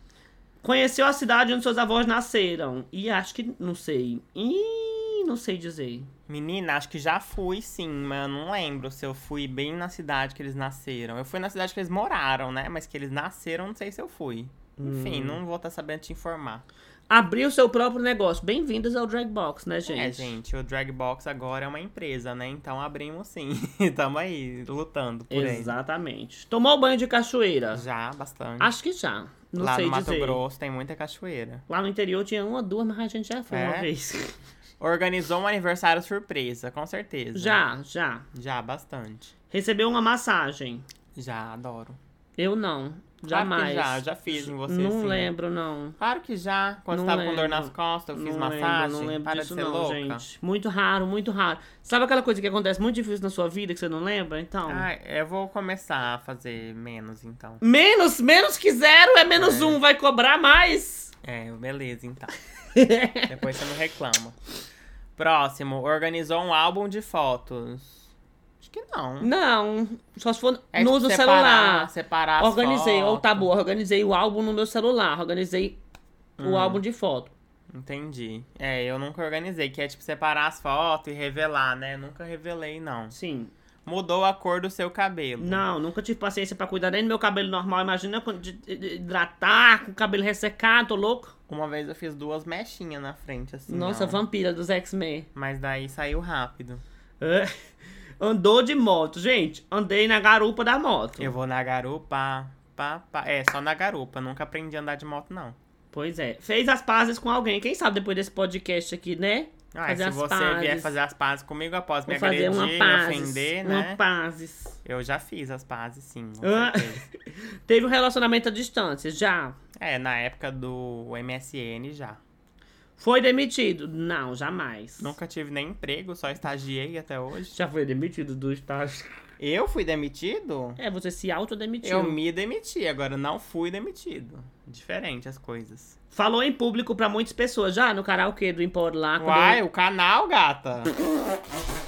Conheceu a cidade onde seus avós nasceram. E acho que, não sei. Ih, não sei dizer.
Menina, acho que já fui sim, mas eu não lembro se eu fui bem na cidade que eles nasceram. Eu fui na cidade que eles moraram, né? Mas que eles nasceram, não sei se eu fui.
Hum.
Enfim, não vou estar sabendo te informar.
Abriu seu próprio negócio. Bem-vindos ao Drag Box, né, gente?
É, gente, o Dragbox agora é uma empresa, né? Então abrimos sim. Tamo aí, lutando por ele.
Exatamente. Tomou banho de cachoeira?
Já, bastante.
Acho que já. Não
Lá
sei
no Mato
dizer.
Grosso tem muita cachoeira.
Lá no interior tinha uma, duas, mas a gente já foi uma
É?
vez.
Organizou um aniversário surpresa, com certeza.
Já, já.
Já, bastante.
Recebeu uma massagem.
Já, adoro.
Eu não.
Claro que
Jamais.
já, já fiz em você,
Não
sim.
lembro, não.
Claro que já. Quando
Não
você tava com dor
lembro.
nas costas, eu fiz
não
massagem.
Lembro, não lembro
Para
disso
de ser
não,
louca.
gente. Muito raro, muito raro. Sabe aquela coisa que acontece muito difícil na sua vida que você não lembra? Então.
Ah, eu vou começar a fazer menos, então.
Menos, menos que zero é menos um, vai cobrar mais.
É, beleza, então. Depois você não reclama. Próximo, organizou um álbum de fotos. Acho que não.
Não, só se for
Hum. É
no
tipo,
do
separar-
celular.
Separar as
Organizei, ó, o
fotos.
tabu, organizei o álbum no meu celular, organizei
Hum.
o álbum de foto.
Entendi. É, eu nunca organizei, que é tipo separar as fotos e revelar, né? Nunca revelei, não.
Sim.
Mudou a cor do seu cabelo.
Não, nunca tive paciência pra cuidar nem do meu cabelo normal. Imagina quando de- de- de hidratar, com o cabelo ressecado, tô louco.
Uma vez eu fiz duas mechinhas na frente, assim.
Nossa,
ó.
vampira dos X-Men.
Mas daí saiu rápido.
É. Andou de moto, gente. Andei na garupa da moto.
Eu vou na garupa. Pá, pá. É, só na garupa. Nunca aprendi a andar de moto, não.
Pois é. Fez as pazes com alguém. Quem sabe depois desse podcast aqui, né?
Ah,
Fazer
se
as
você vier
pazes.
fazer as pazes comigo após me
Vou fazer
agredir,
uma
me
pazes.
ofender,
uma
né?
pazes.
Eu já fiz as pazes, sim. com
Ah.
certeza.
Teve um relacionamento à distância, já.
É, na época do MSN já.
Foi demitido? Não, jamais.
Nunca tive nem emprego, só estagiei até hoje.
Já foi demitido do estágio.
Eu fui demitido?
É, você se autodemitiu.
Eu me demiti, agora não fui demitido. Diferente as coisas.
Falou em público pra muitas pessoas já no karaokê do Impor lá. Ah, quando
Uai,
eu-
o canal, gata!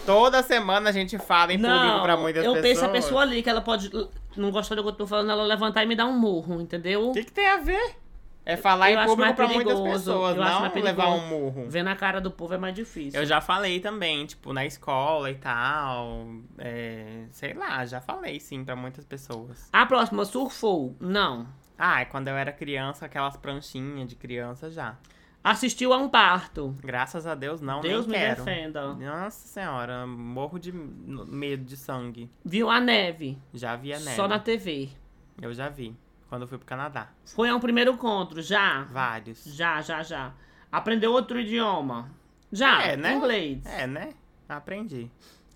Toda semana a gente fala em público
não,
pra muitas
eu
pessoas.
penso a pessoa ali que ela pode não gostar do que eu tô falando, ela levantar e me dar um murro, entendeu?
O que, que tem a ver? É falar
Eu
em
acho
público
mais
pra muitas
perigoso,
pessoas,
eu acho
não
mais
levar
perigoso.
um murro.
Ver na cara do povo é mais difícil.
Eu já falei também, tipo, na escola e tal. é, sei lá, já falei sim pra muitas pessoas.
A próxima, surfou? Não.
Ah, é quando eu era criança, aquelas pranchinhas de criança já.
Assistiu a um parto.
Graças a Deus, não,
Deus
nem
me
quero.
defenda.
Nossa senhora, morro de n- medo de sangue.
Viu a neve,
Já vi a neve.
Só na TV.
Eu já vi. Quando eu fui pro Canadá.
Foi a um primeiro encontro, já.
Vários.
Já, já, já. Aprendeu outro idioma. Já.
É, né?
Inglês.
É, né? Aprendi.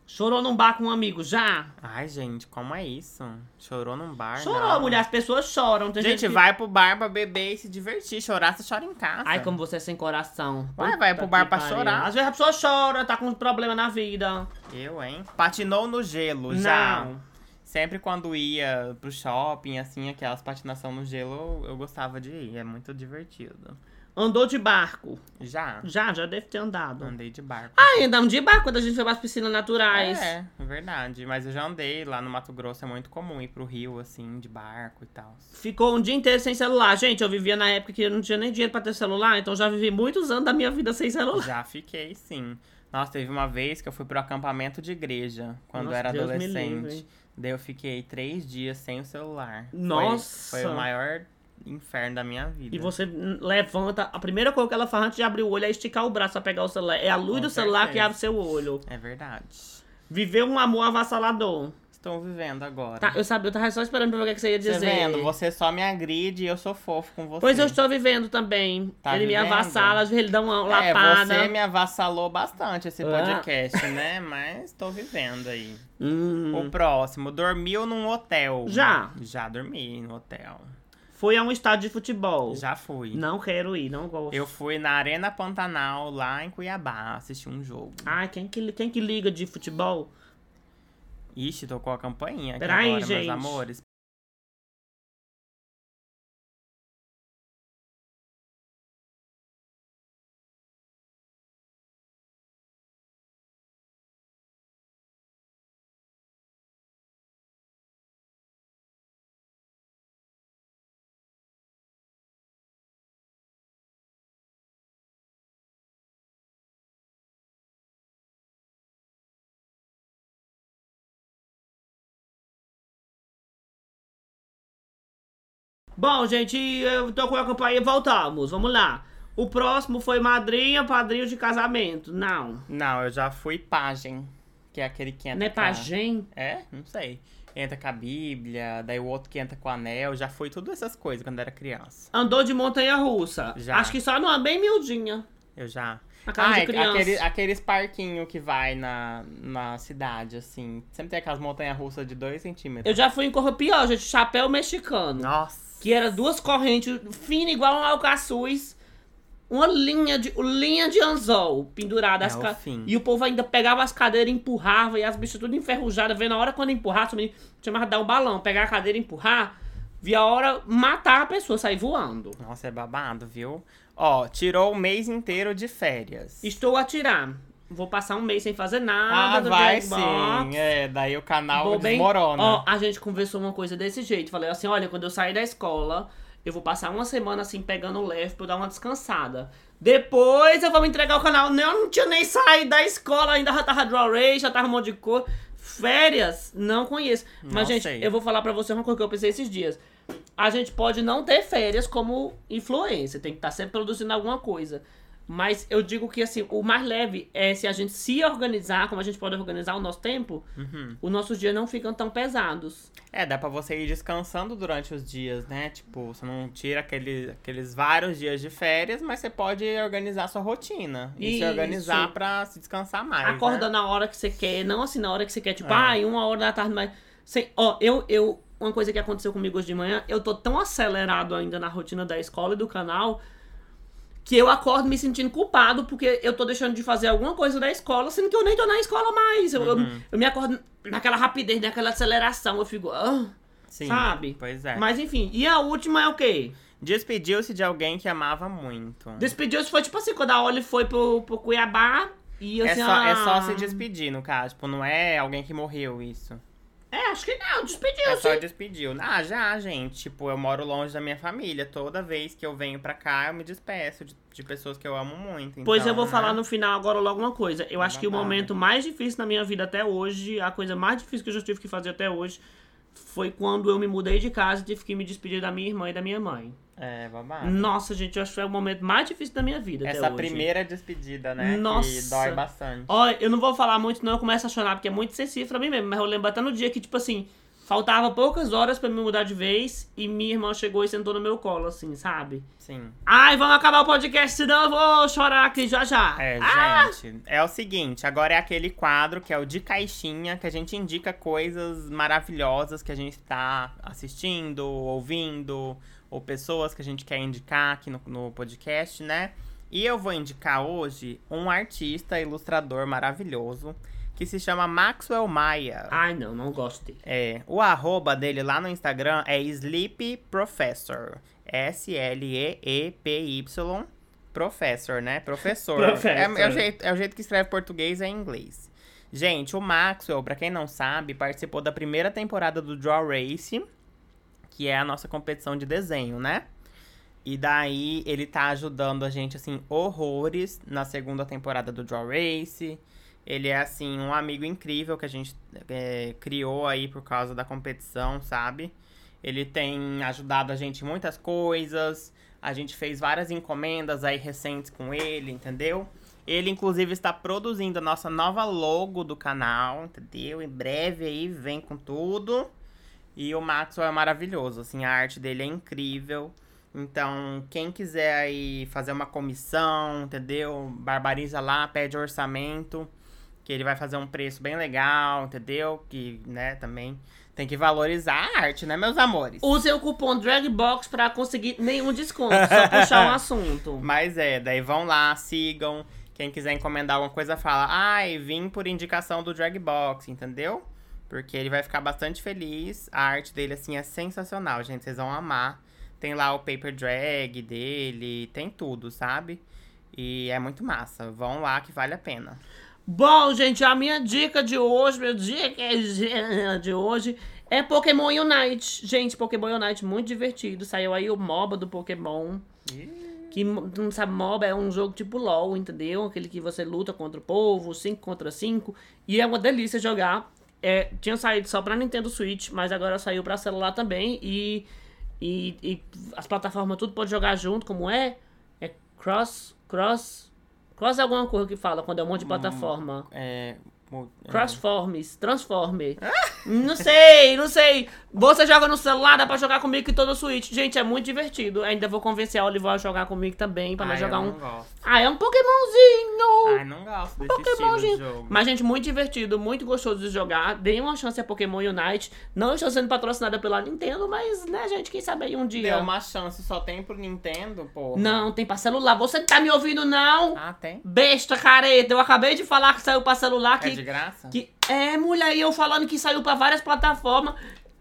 Chorou num bar com um amigo, já.
Ai, gente, como é isso? Chorou num bar?
Chorou,
não.
mulher. As pessoas choram. Tem
Gente,
que-
vai pro bar pra beber e se divertir. Chorar, você chora em casa.
Ai, como você é sem coração.
Ué, vai pro bar
que
pra
pariu.
chorar.
Às vezes a pessoa chora, tá com um problema na vida.
Eu, hein? Patinou no gelo, já.
Não.
Sempre quando ia pro shopping, assim, aquelas patinação no gelo, eu gostava de ir. É muito divertido.
Andou de barco.
Já.
Já, já deve ter andado.
Andei de barco.
é um Ah, andamos de barco quando a gente foi para as piscinas naturais.
É, verdade. Mas eu já andei lá no Mato Grosso, é muito comum ir pro rio, assim, de barco e tal.
Ficou um dia inteiro sem celular. Gente, eu vivia na época que eu não tinha nem dinheiro pra ter celular, então já vivi muitos anos da minha vida sem celular.
Já fiquei, sim. Nossa, teve uma vez que eu fui pro acampamento de igreja, quando
Nossa,
eu era
Deus me
adolescente.
livre.
Daí eu fiquei três dias sem o celular. Foi-
Nossa!
Foi, o maior inferno da minha vida.
E você hum, levanta, a primeira coisa que ela faz antes de abrir o olho é esticar o braço pra pegar o celular. É a luz
Com
do celular que
certeza.
abre seu olho.
É verdade.
Viveu um amor avassalador.
Estou vivendo agora.
Tá, eu sabia, eu tava só esperando pra ver o que que você ia
Você
dizer.
vendo, você só me agride e eu sou fofo com você.
Pois eu estou vivendo também.
Tá
ele me
vivendo?
avassala, às vezes ele dá uma
É,
lapada.
você me avassalou bastante esse
Ah.
podcast, né? Mas tô vivendo aí.
Hum,
O próximo, dormiu num hotel.
Já.
Já dormi no hotel.
Fui a um estádio de futebol.
Já fui.
Não quero ir, não gosto.
Eu fui na Arena Pantanal, lá em Cuiabá, assistir um jogo.
Ai, quem que, quem que liga de futebol?
Ixi, tocou a campainha aqui
Peraí,
agora,
gente.
meus amores.
Bom, gente, eu tô com a campainha, voltamos, vamos lá. O próximo foi madrinha, padrinho de casamento. Não.
Não, eu já fui pajem, que é aquele que entra
Não é
com a-
pajem?
É? Não sei. Entra com a Bíblia, daí o outro que entra com o anel. Já fui todas essas coisas quando era criança.
Andou de montanha russa.
Já.
Acho que só numa bem miudinha.
Eu já.
Na casa de
é
criança.
aquele- aqueles parquinhos que vai na, na cidade, assim. Sempre tem aquelas montanhas russas de 2 centímetros.
Eu já fui em Corrupião, gente, chapéu mexicano.
Nossa!
Que era duas correntes finas, igual um alcaçuz. Uma linha de, linha de anzol pendurada.
É
as
o
ca-
fim.
E o povo ainda pegava as cadeiras, e empurrava, e as bichas tudo enferrujadas. Vendo a hora quando empurrar, também chamava de dar o balão. Pegar a cadeira e empurrar, via a hora matar a pessoa, sair voando.
Nossa, é babado, viu? Ó, tirou o mês inteiro de férias.
Estou a tirar. Vou passar um mês sem fazer nada.
Ah,
do
vai
Black Box.
sim. É, daí o canal
Vou bem-
desmorona.
Ó, a gente conversou uma coisa desse jeito. Falei assim: olha, quando eu sair da escola, eu vou passar uma semana assim pegando leve pra eu dar uma descansada. Depois eu vou me entregar o canal. Não, eu não tinha nem saído da escola, ainda já tava draw race, já tava um monte de cor. Férias, não conheço.
Não
Mas, gente,
sei.
eu vou falar pra você uma coisa que eu pensei esses dias. A gente pode não ter férias como influência, tem que estar sempre produzindo alguma coisa. Mas eu digo que assim, o mais leve é se a gente se organizar, como a gente pode organizar o nosso tempo, os nossos dias não ficam tão pesados.
É, dá pra você ir descansando durante os dias, né? Tipo, você não tira aquele, aqueles vários dias de férias, mas você pode organizar sua rotina. E se
Isso.
organizar pra se descansar mais.
Acorda
né?
na hora que você quer, não assim na hora que você quer, tipo,
É.
ai, uma hora da tarde, mas. Sem... Ó, eu, eu. Uma coisa que aconteceu comigo hoje de manhã, eu tô tão acelerado ainda na rotina da escola e do canal que eu acordo me sentindo culpado porque eu tô deixando de fazer alguma coisa da escola, sendo que eu nem tô na escola mais. Eu, eu-
Uhum.
eu, me acordo naquela rapidez, naquela aceleração, eu fico. "Ah",
Sim,
sabe?
Pois é.
Mas enfim, e a última é o quê?
Despediu-se de alguém que amava muito.
Despediu-se foi tipo assim, quando a Oli foi pro, pro Cuiabá e
É
assim.
só, é só
ah,
se despedir, no caso. Tipo, não é alguém que morreu isso.
É, acho que não, despediu-se.
É só despediu. Ah, já, gente. Tipo, eu moro longe da minha família. Toda vez que eu venho pra cá, eu me despeço de, de pessoas que eu amo muito.
Pois
então,
eu vou
né?
falar no final agora logo uma coisa. Eu acho que o
Babado.
momento mais difícil na minha vida até hoje, a coisa mais difícil que eu já tive que fazer até hoje, foi quando eu me mudei de casa e tive que me despedir da minha irmã e da minha mãe.
É, babado.
Nossa, gente, eu acho que foi o momento mais difícil da minha vida até
Essa
hoje.
primeira despedida, né?
Nossa.
Que dói bastante.
Olha, eu não vou falar muito, não, eu começo a chorar, porque é muito sensível pra mim mesmo. Mas eu lembro até no dia que, tipo assim, faltava poucas horas pra me mudar de vez e minha irmã chegou e sentou no meu colo, assim, sabe?
Sim.
Ai, vamos acabar o podcast, senão eu vou chorar aqui já já.
É, gente. É o seguinte, agora é aquele quadro que é o de caixinha, que a gente indica coisas maravilhosas que a gente tá assistindo, ouvindo, ou pessoas que a gente quer indicar aqui no, no podcast, né? E eu vou indicar hoje um artista, ilustrador maravilhoso, que se chama Maxwell Maia.
Ai, não, não gosto dele.
É, o arroba dele lá no Instagram é Sleep Professor. S-L-E-E-P-Y Professor, né? Professor.
Professor.
É, é o jeito, é o jeito que escreve português é em inglês. Gente, o Maxwell, pra quem não sabe, participou da primeira temporada do Draw Race, que é a nossa competição de desenho, né? E daí ele tá ajudando a gente, assim, horrores na segunda temporada do Draw Race. Ele é, assim, um amigo incrível que a gente é, criou aí por causa da competição, sabe? Ele tem ajudado a gente em muitas coisas. A gente fez várias encomendas aí recentes com ele, entendeu? Ele, inclusive, está produzindo a nossa nova logo do canal, entendeu? Em breve aí vem com tudo. E o Maxwell é maravilhoso, assim, a arte dele é incrível. Então, quem quiser aí fazer uma comissão, entendeu? Barbariza lá, pede orçamento, que ele vai fazer um preço bem legal, entendeu? Que, né, também tem que valorizar a arte, né, meus amores?
Usem o cupom DRAGBOX pra conseguir nenhum desconto, só puxar um assunto.
Mas é, daí vão lá, sigam. Quem quiser encomendar alguma coisa, fala. Ai, vim por indicação do Dragbox, entendeu? Porque ele vai ficar bastante feliz. A arte dele, assim, é sensacional, gente. Vocês vão amar. Tem lá o paper drag dele, tem tudo, sabe? E é muito massa. Vão lá que vale a pena.
Bom, gente, a minha dica de hoje, meu dica de hoje é Pokémon Unite. Gente, Pokémon Unite muito divertido. Saiu aí o MOBA do Pokémon. Que não sabe, MOBA é um jogo tipo LOL, entendeu? Aquele que você luta contra o povo, 5 contra 5. E é uma delícia jogar. É, tinha saído só pra Nintendo Switch, mas agora saiu pra celular também. E, e, e as plataformas tudo pode jogar junto, como é? É cross, cross, cross é alguma coisa que fala quando é um monte de plataforma.
É. mo- é,
Crossforms, Transforme.
Ah.
não sei, não sei. Você joga no celular, dá pra jogar comigo que todo Switch. Gente, é muito divertido. Ainda vou convencer a Oliver a jogar comigo também, pra nós
ai, eu
jogar um.
Não gosto.
Ah, é um Pokémonzinho!
Ai, não gosto desse estilo
Pokémonzinho.
de jogo.
Mas, gente, muito divertido, muito gostoso de jogar. Dei uma chance a Pokémon Unite. Não estou sendo patrocinada pela Nintendo, mas, né, gente, quem sabe aí um dia.
Deu uma chance, só tem pro Nintendo, pô.
Não, tem pra celular. Você não tá me ouvindo, não?
Ah, tem?
Besta, careta. Eu acabei de falar que saiu pra celular. Que
É de graça?
que é, mulher, e eu falando que saiu pra várias plataformas.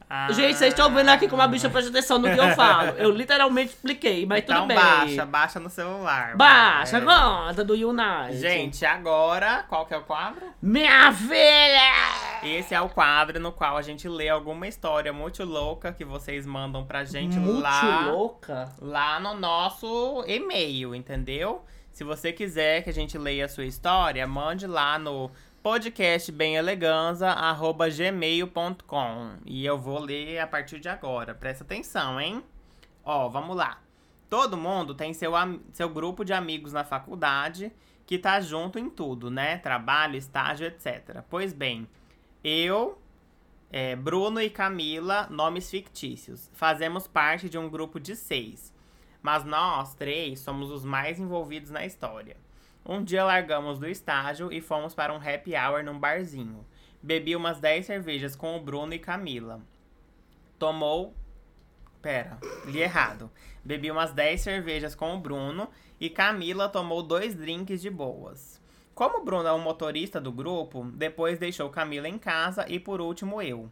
Ah.
Gente, vocês estão vendo aqui como a bicha presta atenção no que eu falo. Eu literalmente expliquei, mas
Então
tudo bem.
baixa, baixa no celular.
Baixa,
É.
conta do Unite.
Gente, agora, qual que é o quadro?
Minha filha!
Esse é o quadro no qual a gente lê alguma história muito louca que vocês mandam pra gente
Muito
lá,
louca.
lá no nosso e-mail, entendeu? Se você quiser que a gente leia a sua história, mande lá no podcastbemeleganza@gmail.com e eu vou ler a partir de agora. Presta atenção, hein? Ó, vamos lá. Todo mundo tem seu, am- seu grupo de amigos na faculdade que tá junto em tudo, né? Trabalho, estágio, etc. Pois bem, eu, é, Bruno e Camila, nomes fictícios, fazemos parte de um grupo de seis. Mas nós três somos os mais envolvidos na história. Um dia largamos do estágio e fomos para um happy hour num barzinho. Bebi umas 10 cervejas com o Bruno e Camila. Tomou. Pera, li errado. Bebi umas 10 cervejas com o Bruno e Camila tomou dois drinks de boas. Como o Bruno é o motorista do grupo, depois deixou Camila em casa e por último eu.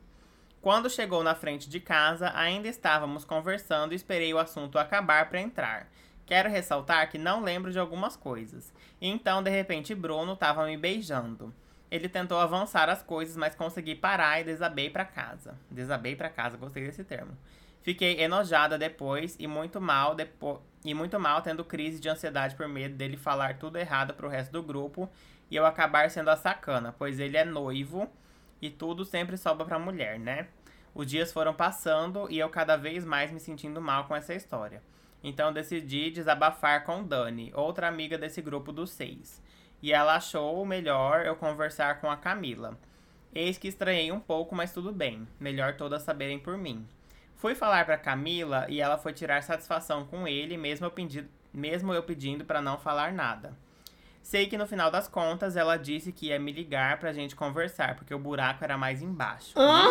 Quando chegou na frente de casa, ainda estávamos conversando e esperei o assunto acabar para entrar. Quero ressaltar que não lembro de algumas coisas. Então, de repente, Bruno estava me beijando. Ele tentou avançar as coisas, mas consegui parar e desabei para casa. Desabei para casa, gostei desse termo. Fiquei enojada depois e muito mal depois e muito mal tendo crise de ansiedade por medo dele falar tudo errado pro resto do grupo e eu acabar sendo a sacana, pois ele é noivo e tudo sempre sobra pra mulher, né? Os dias foram passando e eu cada vez mais me sentindo mal com essa história. Então decidi desabafar com Dani, outra amiga desse grupo dos seis. E ela achou melhor eu conversar com a Camila. Eis que estranhei um pouco, mas tudo bem. Melhor todas saberem por mim. Fui falar pra Camila e ela foi tirar satisfação com ele, mesmo eu, pedi- mesmo eu pedindo pra não falar nada. Sei que no final das contas ela disse que ia me ligar pra gente conversar, porque o buraco era mais embaixo.
Hã?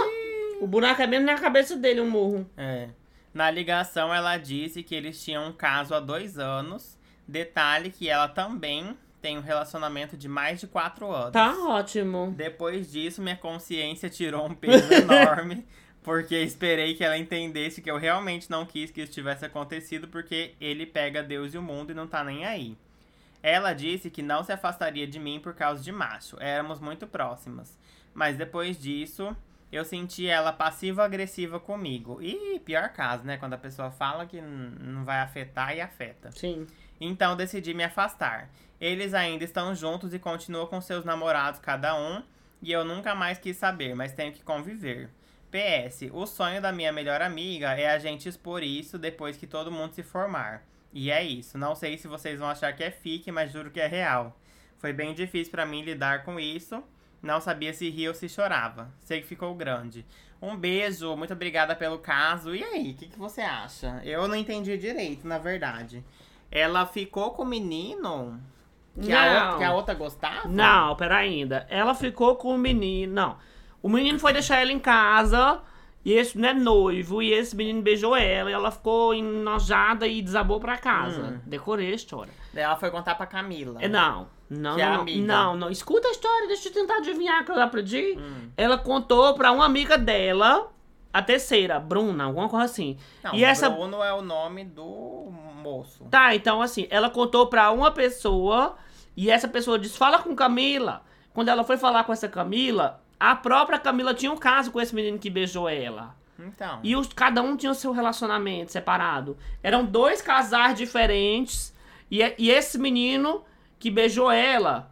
O buraco é mesmo na cabeça dele, o murro.
É. Na ligação, ela disse que eles tinham um caso há dois anos. Detalhe que ela também tem um relacionamento de mais de quatro anos.
Tá ótimo.
Depois disso, minha consciência tirou um peso enorme, porque esperei que ela entendesse que eu realmente não quis que isso tivesse acontecido, porque ele pega Deus e o mundo e não tá nem aí. Ela disse que não se afastaria de mim por causa de macho. Éramos muito próximas. Mas depois disso, eu senti ela passiva-agressiva comigo. E pior caso, né? Quando a pessoa fala que n- não vai afetar e afeta.
Sim.
Então decidi me afastar. Eles ainda estão juntos e continuam com seus namorados cada um, e eu nunca mais quis saber, mas tenho que conviver. PS, o sonho da minha melhor amiga é a gente expor isso depois que todo mundo se formar. E é isso. Não sei se vocês vão achar que é fique, mas juro que é real. Foi bem difícil pra mim lidar com isso. Não sabia se ria ou se chorava. Sei que ficou grande. Um beijo, muito obrigada pelo caso. E aí, o que, que você acha? Eu não entendi direito, na verdade. Ela ficou com o menino que, A,
Não.
outra, que a outra gostava?
Não, pera ainda. Ela ficou com o menino. Não. O menino foi deixar ela em casa. E esse não é noivo. E esse menino beijou ela. E ela ficou enojada e desabou pra
Hum.
casa. Decorei a história.
Ela foi contar pra Camila.
É, não. Não,
tá? Que é
não,
amiga.
não, não. Escuta a história, deixa eu tentar adivinhar que eu aprendi. Ela contou pra uma amiga dela, a terceira, Bruna, alguma coisa assim.
Não,
e essa
Bruno é o nome do moço.
Tá, então assim, ela contou pra uma pessoa e essa pessoa disse: fala com Camila. Quando ela foi falar com essa Camila, a própria Camila tinha um caso com esse menino que beijou ela.
Então.
E os, cada um tinha o seu relacionamento separado. Eram dois casais diferentes e, e- e esse menino que beijou ela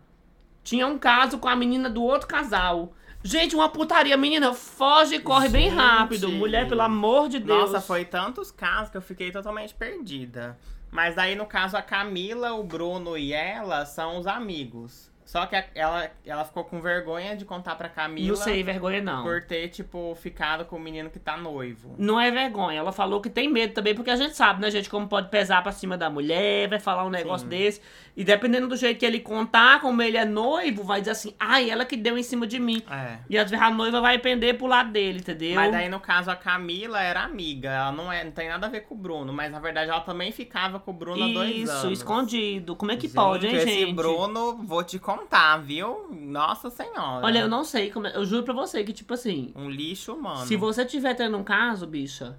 tinha um caso com a menina do outro casal. Gente, uma putaria. Menina, foge e corre bem
Gente.
rápido. Mulher, pelo amor de Deus.
Nossa, foi tantos casos que eu fiquei totalmente perdida. Mas aí, no caso, a Camila, o Bruno e ela são os amigos. Só que a- ela, ela ficou com vergonha de contar pra Camila
Não sei, vergonha não.
por ter, tipo, ficado com o menino que tá noivo.
Não é vergonha. Ela falou que tem medo também, porque a gente sabe, né, gente, como pode pesar pra cima da mulher, vai falar um negócio desse. E dependendo do jeito que ele contar, como ele é noivo, vai dizer assim, ai, ela que deu em cima de mim.
É.
E às vezes a noiva vai pender pro lado dele, entendeu?
Mas daí, no caso, a Camila era amiga. Ela não, é, não tem nada a ver com o Bruno. Mas, na verdade, ela também ficava com o Bruno há dois anos.
Isso, escondido. Como é que pode, hein,
esse
gente?
Bruno, vou te contar, viu? Nossa Senhora.
Olha, eu não sei como. é- Eu juro pra você que, tipo assim,
né? Um lixo humano.
se você tiver tendo um caso, bicha.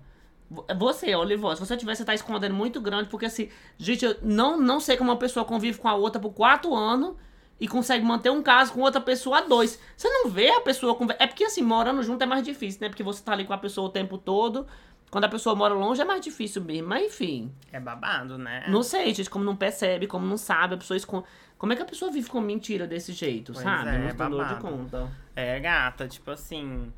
vo- é Você, Olivó, se você tiver, você tá escondendo muito grande, porque assim, gente, eu não, não sei como uma pessoa convive com a outra por quatro anos e consegue manter um caso com outra pessoa há dois. Você não vê a pessoa conver- É porque assim, morando junto é mais difícil, né? Porque você tá ali com a pessoa o tempo todo. Quando a pessoa mora longe é mais difícil mesmo, mas enfim.
É babado, né?
Não sei, gente, como não percebe, como não sabe, a pessoa esconde. Como é que a pessoa vive com mentira desse jeito,
Pois
sabe?
é,
não estou dor de
babado.
conta.
É, gata, tipo assim.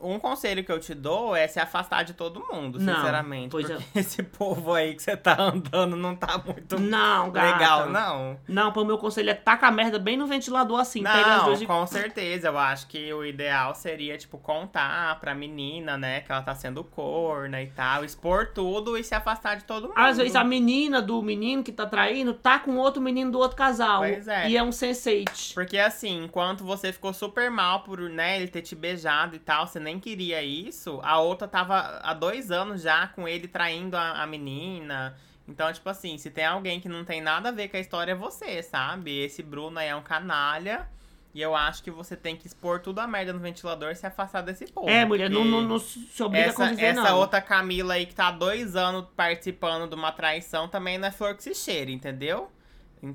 Um conselho que eu te dou é se afastar de todo mundo,
Não,
sinceramente.
pois é.
porque esse povo aí que você tá andando não tá muito
Não, gata.
legal, não.
Não, pô, meu conselho é taca a merda bem no ventilador assim, pega as
Não,
duas de...
com certeza. Eu acho que o ideal seria, tipo, contar pra menina, né, que ela tá sendo corna e tal, expor tudo e se afastar de todo mundo.
Às vezes a menina do menino que tá traindo tá com outro menino do outro casal.
Pois é.
E é um senseite.
Porque assim, enquanto você ficou super mal por, né, ele ter te beijado e tal, você nem queria isso, a outra tava há dois anos já com ele traindo a, a menina. Então, tipo assim, se tem alguém que não tem nada a ver com a história, é você, sabe? Esse Bruno aí é um canalha. E eu acho que você tem que expor tudo a merda no ventilador e se afastar desse povo.
É, mulher, não,
porque
não, não se obriga
Essa,
a conviver,
essa
não.
outra Camila aí que tá há dois anos participando de uma traição também não é flor que se cheira, entendeu?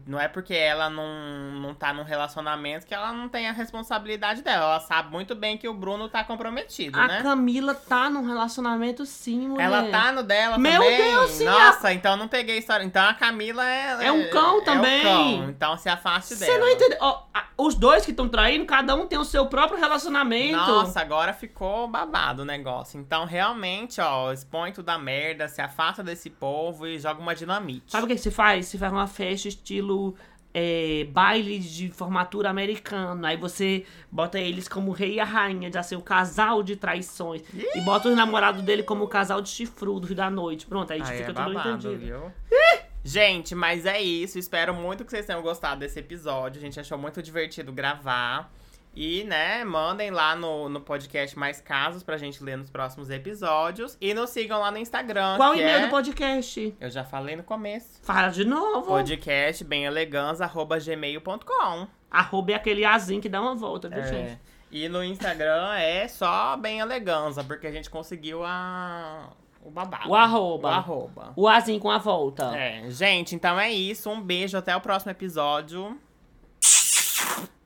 Não é porque ela não, não tá num relacionamento que ela não tem a responsabilidade dela. Ela sabe muito bem que o Bruno tá comprometido,
A
né?
Camila tá num relacionamento sim, mulher.
Ela tá no dela
né? Meu
também.
Deus, sim,
Nossa, então não peguei a história. Então a Camila é.
É um cão
é
também.
Um cão. Então se afaste dela.
Você não entendeu? Ó, a- os dois que estão traindo, cada um tem o seu próprio relacionamento.
Nossa, agora ficou babado o negócio. Então, realmente, ó, expõe tudo a merda, se afasta desse povo e joga uma dinamite.
Sabe o que que se faz? Se faz uma festa estilo é, baile de formatura americano. Aí você bota eles como rei e a rainha, já ser o casal de traições. E bota os namorados dele como o casal de chifrudos da noite. Pronto, aí,
Aí
fica
é
tudo
babado,
entendido.
viu? Gente, mas é isso. Espero muito que vocês tenham gostado desse episódio. A gente achou muito divertido gravar. E, né, mandem lá no, no podcast mais casos pra gente ler nos próximos episódios. E nos sigam lá no Instagram.
Qual o
que
e-mail
é-
do podcast?
Eu já falei no começo.
Fala de novo.
Podcast gmail.com.
Arroba é aquele azinho que dá uma volta, viu,
É.
gente?
E no Instagram é só bem eleganza, porque a gente conseguiu a O babado.
O arroba.
O arroba.
O Azinho com a volta.
É, gente, então é isso. Um beijo, até o próximo episódio.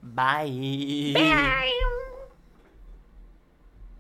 Bye.
Ai,